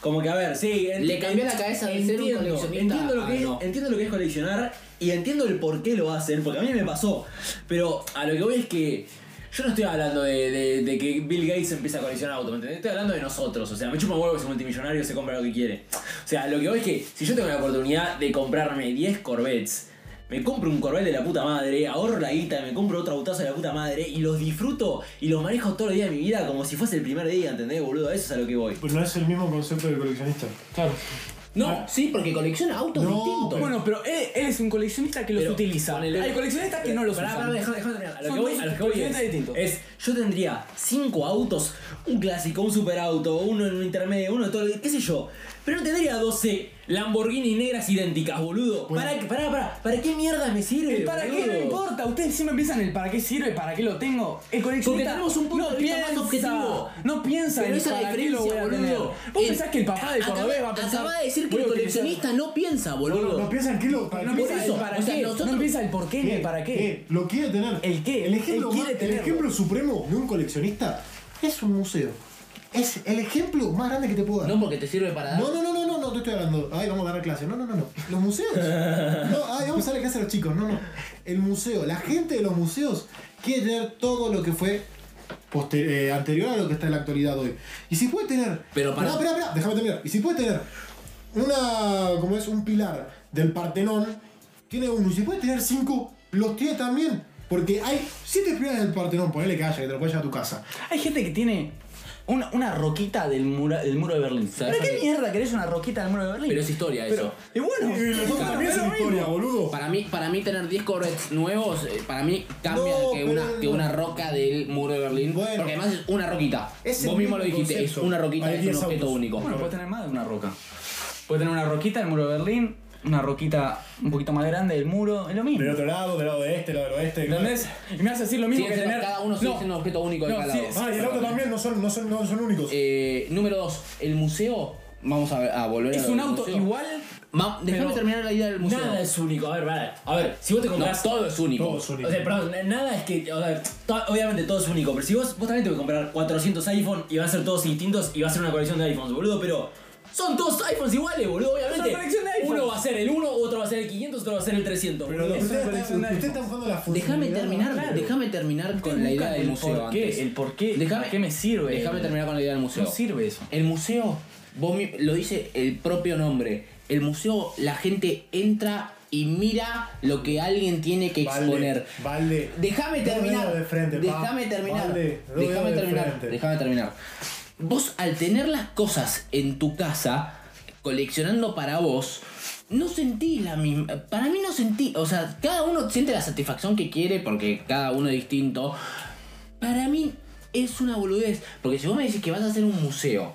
E: como que, a ver, sí. ent-
A: Le cambió la cabeza de ser un coleccionista
E: Entiendo lo, que
A: a
E: es,
A: no.
E: entiendo lo que es coleccionar y entiendo el por qué lo hacen, porque a mí me pasó. Pero a lo que voy es que. Yo no estoy hablando de, de- de que Bill Gates empieza a coleccionar autos, ¿me entendés? Estoy hablando de nosotros, o sea, me chupa un huevo que sea multimillonario se compra lo que quiere. O sea, lo que voy es que si yo tengo la oportunidad de comprarme 10 Corvettes, me compro un Corvette de la puta madre, ahorro la guita, me compro otro autazo de la puta madre y los disfruto y los manejo todos los días de mi vida como si fuese el primer día, ¿entendés, boludo? A Eso es a lo que voy.
C: Pero no es el mismo concepto del coleccionista.
D: Claro.
A: No, sí, porque colecciona autos
C: No,
A: distintos.
D: Bueno, pero él, él es un coleccionista que los
E: Pero,
D: utiliza.
E: ponele-
D: Hay coleccionistas que no los
E: Pará, pará,
D: usan.
E: dejá- dejá de terminar. A lo
D: Son
E: que voy,
D: dos
E: a lo que voy
D: clientes distintos.
E: es, es, yo tendría cinco autos, un clásico, un superauto, uno en un intermedio, uno de todo, qué sé yo. Pero no tendría 12 Lamborghini negras idénticas, boludo.
C: Bueno.
E: ¿Para, qué- pará, pará, ¿para qué mierda me sirve?
D: El para qué
E: boludo?
D: no importa, ustedes siempre piensan el para qué sirve, para qué lo tengo. El coleccionista
A: Porque tenemos un punto
D: no
A: de vista más
D: piensa,
A: objetivo.
D: No piensa
A: Pero
D: en
A: esa es la
D: para qué lo voy
A: diferencia,
D: a
A: boludo.
D: tener. Vos
A: El-
D: pensás que el papá del
A: acaba-
D: cordobés va a pensar.
A: Acaba de decir que
D: voy
A: el
D: a utilizar-
A: coleccionista no piensa, boludo.
C: No piensa en qué lo. para
D: No
C: qué-
D: piensa
A: eso,
D: el para
A: o sea,
D: qué,
A: nosotros-
D: no piensa el por qué ni el para qué.
C: Lo quiere tener.
D: ¿El qué?
C: El ejemplo,
D: Él quiere
C: más- el
D: tenerlo.
C: ejemplo supremo de un coleccionista es un museo. Es el ejemplo más grande que te puedo dar.
A: No, porque te sirve para dar.
C: No, no, no, no, no, no te estoy hablando. Ay, vamos a dar clase. No, no, no, no. Los museos. No, ay, vamos a dar clase a los chicos. No, no. El museo, la gente de los museos quiere tener todo lo que fue poster- eh, anterior a lo que está en la actualidad hoy. Y si puede tener.
A: Pero para-
C: Espera, espera, déjame terminar. Y si puede tener una. como es? Un pilar del Partenón, tiene uno. Y si puede tener cinco, los tiene también. Porque hay siete pilares del Partenón. Ponele que haya, que te lo puedes llevar a tu casa.
D: Hay gente que tiene una, una roquita del, mura- del muro de Berlín.
A: ¿Sabes
D: ¿Para qué
A: lo que-
D: mierda querés una roquita del muro de Berlín?
A: Pero es historia eso.
D: Y bueno, bueno,
C: también
D: es
C: es
D: lo
C: una
D: mismo.
C: historia, boludo.
A: Para mí, para mí tener 10 Corvettes nuevos, eh, para mí cambia
C: No,
A: que,
C: pero
A: una, que
C: no.
A: una roca del muro de Berlín.
C: Bueno.
A: Porque además es una roquita.
C: Es el
A: Vos mismo
C: mismo
A: lo dijiste,
C: concepto.
A: es una roquita,
C: Hay
A: es un
C: 10
A: objeto
C: autos.
A: único.
D: Bueno, puede tener más de una roca. Puede tener una roquita del muro de Berlín, una roquita un poquito más grande del muro, es lo mismo.
C: Del otro lado, del lado de este, del lado del oeste.
D: ¿Entendés? Y me hace decir lo mismo
A: Sí,
D: que
A: encima
D: tener.
A: cada uno sigue siendo un objeto único de
D: No,
A: cada
D: sí,
A: lado.
D: sí.
C: Ah, y el auto también, no son, no son, no son únicos.
A: Eh, número 2, el museo. Vamos a, ver- a volver a
D: Es
A: lo
D: un
A: del
D: auto
A: museo.
D: igual.
A: Ma- Déjame
D: pero
A: terminar la idea del museo.
E: Nada es único. A ver, vale. A ver, si vos te
A: no,
E: compras.
A: todo es único.
C: Todos
E: O
C: únicos.
E: sea, perdón, na- nada es que. o sea, to- obviamente todo es único, pero si vos, vos también te que comprar 400 iPhone y van a ser todos distintos y va a ser una colección de iPhones, boludo, pero. Son todos iPhones iguales, boludo, obviamente.
D: una colección de iPhones.
E: Uno va a ser el 1, otro va a ser el 500, otro va a ser el 300.
C: Pero lo
E: boludo.
C: que
D: es una
C: ustedes
D: colección
C: están,
D: de
C: ustedes están jugando la
A: Déjame
C: funcionalidad,
A: terminar,
C: claro.
A: déjame terminar con
D: Ustedes
A: la idea
D: buscan
A: del
D: el
A: museo
D: por qué,
A: antes.
D: el por qué, para qué me sirve.
A: Déjame terminar con la idea del museo.
D: No sirve eso.
A: El museo, vos mi- lo dice el propio nombre. El museo, la gente entra y mira lo que alguien tiene que
C: Vale,
A: exponer.
C: Vale.
A: Déjame
C: Dos
A: terminar.
C: dedos de frente, pa.
A: déjame terminar.
C: Vale, dos
A: déjame
C: dedos de
A: terminar.
C: frente.
A: Déjame terminar. Vos al tener las cosas en tu casa, coleccionando para vos, no sentí la misma. Para mí no sentí. O sea, cada uno siente la satisfacción que quiere porque cada uno es distinto. Para mí es una boludez. Porque si vos me decís que vas a hacer un museo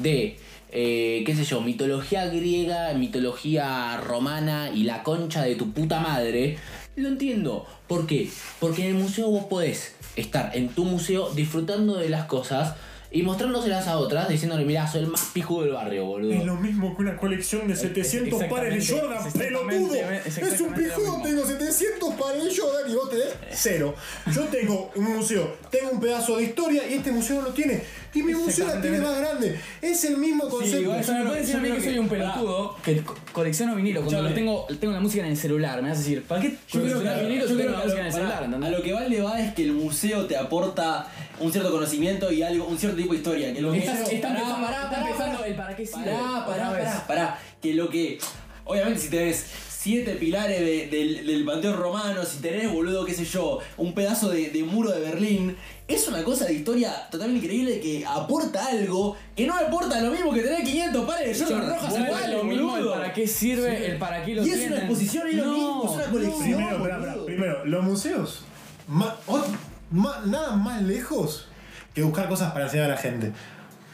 A: de eh, qué sé yo, mitología griega, mitología romana y la concha de tu puta madre, lo entiendo. ¿Por qué? Porque en el museo vos podés estar en tu museo disfrutando de las cosas y mostrándoselas a otras, diciéndole, mirá, soy el más pijudo del barrio, boludo.
C: Es lo mismo que una colección de 700 pares de Jordan, pelotudo.
D: exactamente,
C: Es un
D: exactamente lo
C: pijudo,
D: mismo.
C: tengo 700 pares de Jordan y vos tenés cero. Yo tengo un museo, tengo un pedazo de historia y este museo no lo tiene. Y mi museo la tiene más grande. Es el mismo concepto.
D: Igual, si me puedes decir a mí que soy un pelotudo que co- colecciono vinilo cuando lo tengo, tengo la música en el celular. Me vas a decir, ¿para qué
E: Yo creo que,
D: coleccionar vinilo
E: yo
D: si tengo
E: creo
D: la
E: que a, lo,
D: música en el celular?
E: pará,
D: ¿entendés?
E: a lo que va el va es que el museo te aporta un cierto conocimiento y algo, un cierto tipo de historia. Que lo que-
D: Estás- estás
E: Pará,
D: pensando-
E: pará,
D: estás
E: pará,
D: pensando
E: pará.
D: el para qué sirve.
E: Pará,
D: Otra
E: pará,
D: vez.
E: pará, pará. Que lo que. Obviamente, si tenés siete pilares de- del, del panteón romano, si tenés, boludo, qué sé yo, un pedazo de, de muro de Berlín, es una cosa de historia totalmente increíble que aporta algo que no aporta lo mismo que tener 500 pares de Jordan rojas
D: Vuelve
E: igual,
D: lo mismo el
E: boludo.
D: para qué sirve, el para qué lo
E: Y es
D: tienen.
E: una exposición, es lo
D: No,
E: mismo, es una colección.
C: Primero, pará, pará. Primero, los museos. ma- ot- ma- nada más lejos que buscar cosas para enseñar a la gente.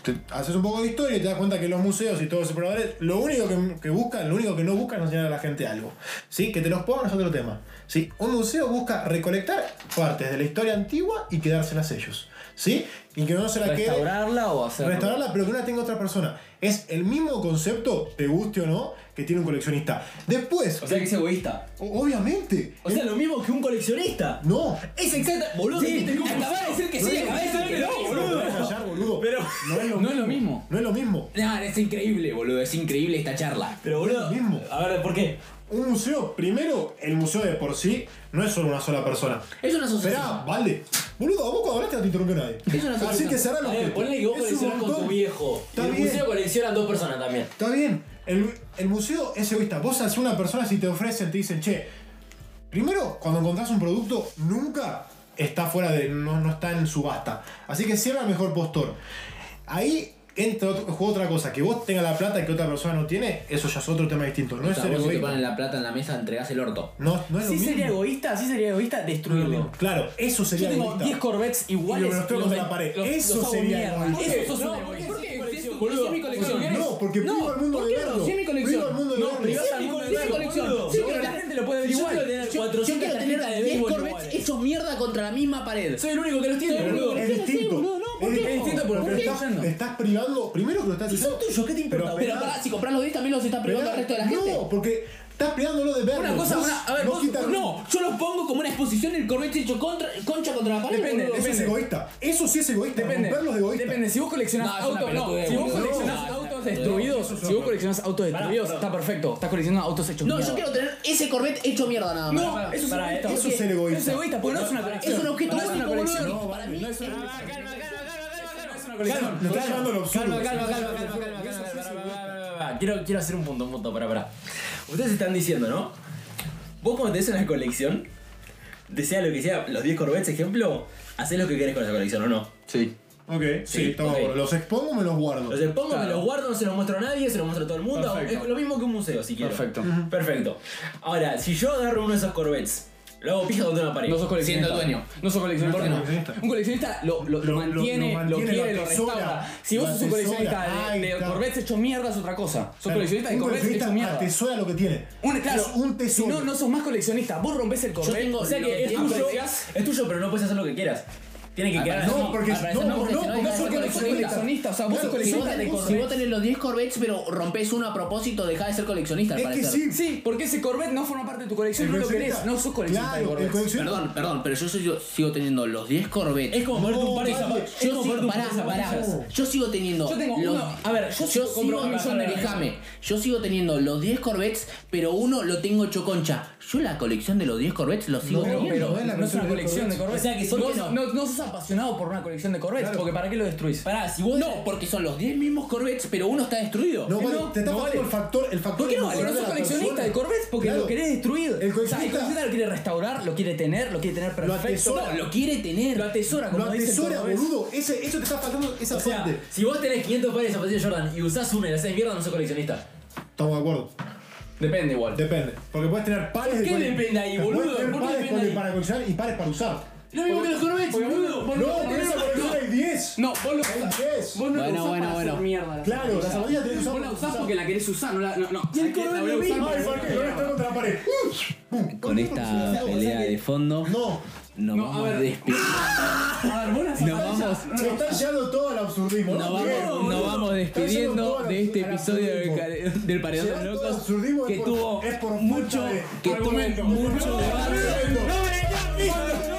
C: Te- haces un poco de historia y te das cuenta que los museos y todos esos probadores, lo único que, que buscan, lo único que no buscan es enseñar a la gente algo. ¿Sí? Que te los pongan es otro tema. ¿Sí? Un museo busca recolectar partes de la historia antigua y quedárselas ellos. ¿Sí? Y que no se la quede
D: Restaurarla o hacer.
C: Restaurarla, pero que no la tenga otra persona. Es el mismo concepto, te guste o no, que tiene un coleccionista. Después,
E: O sea que es egoísta.
C: o- obviamente,
E: O sea, lo mismo que un coleccionista.
C: no.
E: Es exacta. Boludo,
D: Sí,
E: te- te-
D: acabás de decir que sí, acabás de decir que no,
C: Pero pará de callar, boludo. no es lo,
D: No es lo mismo.
C: no es lo mismo.
A: Nah, es increíble, boludo, es increíble esta charla.
E: Pero
C: Es
E: boludo.
C: lo mismo.
E: A ver, ¿por qué?
C: Un museo, primero, el museo de por sí no es solo una sola persona.
A: Es una asociación.
C: Esperá, vale. Boludo, a vos cuando hablaste no te interrumpió nadie.
A: Es una
C: Así
A: asociación.
C: que cerrá los
E: A ver,
C: gestos.
E: ponle Eh, que vos
C: Es un
E: coleccionás con
C: montón.
E: tu viejo. Y
C: Está
E: el
C: bien.
E: museo coleccionan dos personas también.
C: Está bien. El, el museo es egoísta. Vos haces una persona si te ofrecen, te dicen, che, primero, cuando encontrás un producto, nunca está fuera de. no, no está en subasta. Así que cierra el mejor postor. Ahí entra otro, juega otra cosa. Que vos tengas la plata que otra persona no tiene, eso ya es otro tema distinto. No
A: O
C: es
A: sea,
C: ser
A: vos si te ponen
C: egoísta.
A: la plata en la mesa, entregás el orto.
C: No, no es lo
D: Sí
C: mismo.
D: sería egoísta, sí sería egoísta destruirlo.
C: Claro, eso
D: Yo
C: sería
D: tengo
C: egoísta.
D: 10 Corvettes iguales.
C: Y los estoy contra la pared. Eso sería egoísta.
D: Eso
E: No,
D: no,
E: porque
D: ¿por qué?
E: es colección,
D: Es-
E: boludo.
D: es mi colección.
C: No, porque
D: No,
C: priva al mundo
D: ¿por
C: de
D: qué no?
C: verlo.
D: Sí, mi colección.
C: Priva al mundo de
D: No,
C: verlo.
D: privás
E: Sí,
D: al
E: mi
D: mundo de
E: colección,
D: verlo,
E: boludo.
D: boludo.
E: Sí,
D: Pero
E: pero
D: la gente lo puede ver
E: si yo
D: igual.
E: quiero tener
D: Yo-
E: 400
A: Yo quiero tener
E: tarjetas de
A: 10
E: béisbol
A: Corvettes
E: iguales.
A: hechos mierda contra la misma pared.
E: Soy el único que los tiene,
C: Pero
E: boludo.
C: es distinto. es distinto
D: ¿Por
C: porque
D: qué?
C: estás, estás privando. Primero que lo estás diciendo.
E: tuyos, ¿qué te importa,
A: Pero
C: esperá,
A: pará, si compras los 10 también los estás privando al resto de la
C: no,
A: gente.
C: porque estás privándolo de verlo.
A: Una cosa,
C: Vos
A: una, a ver,
C: no
A: vos-
C: quitas-
A: no, yo los pongo como una exposición el corvette hecho contra, concha contra la pared.
D: Depende,
A: boludo.
C: Eso es egoísta. Eso sí es egoísta. Romperlo es egoísta.
D: Depende, si vos coleccionás
A: No, es una
D: autos, no.
A: pelotudez,
D: Si vos
A: boludo.
D: coleccionás
A: No,
D: autos
A: no,
D: destruidos,
C: eso es
D: si vos
C: una
D: coleccionás autos destruidos, está perfecto. Estás coleccionando autos hechos
A: No,
D: mierda.
A: yo quiero tener ese corvette hecho mierda nada más.
D: No, eso es
E: Pará,
D: egoísta.
C: Eso es ser
D: Eso es
C: egoísta.
D: egoísta, porque no es una colección.
A: es un objeto
D: No es una
A: único,
D: colección.
A: boludo.
C: No,
A: Para
C: vale,
A: mí
C: no es-
D: Colección.
C: Lo estás llevando a lo absurdo.
E: Calma, calma, calma, calma, calma, calma, calma, calma, calma. Quiero, quiero hacer un punto, un punto, para, para. Ustedes están diciendo, ¿no? Vos cuando tenés una colección, de sea lo que sea, los 10 Corvettes, ejemplo, hacés lo que querés con esa colección, ¿o no?
D: Sí.
C: Ok, sí,
E: Sí,
C: estamos
E: ok.
C: de acuerdo. ¿Los expongo o me los guardo?
E: Los expongo, me los guardo, no se los muestro a nadie, se los muestro a todo el mundo.
D: Perfecto.
E: Es lo mismo que un museo, si quiero.
D: Perfecto.
E: Perfecto. Ahora, si yo agarro uno de esos Corvettes, lo hago pija contra una pared.
D: No sos coleccionista.
A: Siendo dueño.
D: No sos coleccionista.
C: No sos coleccionista.
D: Un coleccionista lo, lo- lo
C: Lo- lo- lo
D: mantiene, lo,
C: mantiene,
D: quiere,
C: lo
D: lo
C: atesora,
D: restaura. Si vos
C: lo
D: sos un
C: atesora.
D: coleccionista
C: Ahí
D: de, de
C: está.
D: Corvettes hecho mierda es otra cosa. Sos coleccionista de
C: un
D: Corvettes hecho
C: coleccionista
D: mierda.
C: atesora lo que tiene.
D: Un, claro,
C: Es un tesoro.
D: Si no, no sos más coleccionista. Vos rompés el Corvette.
A: tengo-
E: O sea
A: Lo
E: que es
A: entiendo.
E: tuyo, es tuyo, pero no puedes hacer lo que quieras. Tiene
D: Ah,
E: que quedar así.
C: No, porque
A: al parecer
C: no,
A: no,
C: no,
A: porque si no
C: porque
A: hay
C: sos
A: nada
D: Vos sos
C: coleccionista.
D: coleccionista, o sea, vos sos
C: Claro,
A: Si vos,
D: coleccionista de
A: tenés, si
D: Corvette.
A: vos tenés los 10 Corvettes, pero rompes uno a propósito, dejás de ser coleccionista, al
C: Es que
A: parecer.
C: sí,
D: Sí, porque ese Corvette no forma parte de tu colección,
C: el
D: no lo
C: coleccionista-
D: querés, no sos coleccionista
C: Claro,
D: de
C: el
D: Corvette.
C: coleccionista-
A: Perdón, perdón, pero yo, soy- yo sigo teniendo los 10 Corvettes.
E: Es como ponerte un par de
C: No,
E: zapatos. es
A: yo
E: como
A: sigo,
E: ponerte un
A: pará,
E: par de
A: pará.
E: zapatillas.
A: Yo sigo teniendo.
D: Yo tengo
A: los-
D: uno- a ver, yo
A: yo
D: sigo
A: sigo
D: comprando-
A: mi
D: pará, pará,
A: déjame. Yo sigo teniendo los 10 Corvettes, pero uno lo tengo hecho concha. Yo la colección de los 10 Corvettes lo sigo
D: Pero,
A: teniendo.
D: pero
C: no es la
D: no es una colección de Corvettes.
E: O sea que sí
D: no,
E: que no.
D: no- no sos apasionado por una colección de Corvettes, porque ¿para qué lo destruís?
E: Pará, si vos.
A: No, porque son los 10 mismos Corvettes, pero uno está destruido.
C: No, vale,
D: no,
C: te está
D: no
C: faltando
D: vale.
C: el factor, el factor.
D: ¿Por qué no vale? No
C: emocional
D: sos
C: de la
D: coleccionista
C: persona.
D: de Corvettes porque
C: Claro.
D: lo querés destruir.
C: El
D: o sea, el
C: coleccionista-
D: coleccionista lo quiere restaurar, lo quiere tener, lo quiere tener perfecto.
C: atesora.
D: No,
A: Lo quiere tener.
D: Lo atesora, como
C: Lo
D: dice el
C: atesora,
D: cordobés.
C: boludo. Ese, eso te está faltando esa
E: O sea,
C: parte.
E: si vos tenés 500 pares de zapatillas Jordan y usás una y la haces mierda, no sos coleccionista.
C: Estamos de acuerdo.
D: Depende igual.
C: Depende. Porque puedes tener pares de.
E: ¿Qué
C: cole-
E: depende ahí,
C: Puedes
E: boludo?
C: tener
E: ¿Por qué
C: pares
E: depende
C: cole-
E: ahí?
C: para coleccionar y pares para usar.
E: Lo mismo que los Corvettes, boludo.
C: No, por eso por eso hay 10. 10!
D: No, vos lo
C: ¡El 10!
A: Vos no
E: Bueno,
A: lo usás
E: bueno,
A: para
E: bueno.
A: hacer mierda. la
C: Claro,
A: zapatilla.
C: las zapatillas tenés que usar
D: Vos la usás porque la querés usar, no la. No, no.
A: Y el
D: La que- la
A: cordón
D: voy a
A: lo
D: usar
A: mismo.
C: Ay,
D: porque-
C: ¿por qué? Yo estoy contra la pared. ¡Pum!
E: Con esta pelea de fondo
C: No,
E: nos
D: No, a
E: vamos
D: ver.
E: despidiendo.
A: A ver, vos la
E: Nos
A: zapatilla-
E: vamos.
C: se está yendo todo al absurdismo.
E: Nos vamos, nos vamos despidiendo de este episodio del, care- del Paredón de los Locos que tuvo
C: es por
E: mucho,
C: mucho.
E: que tuvo mucho debate.
C: ¡No me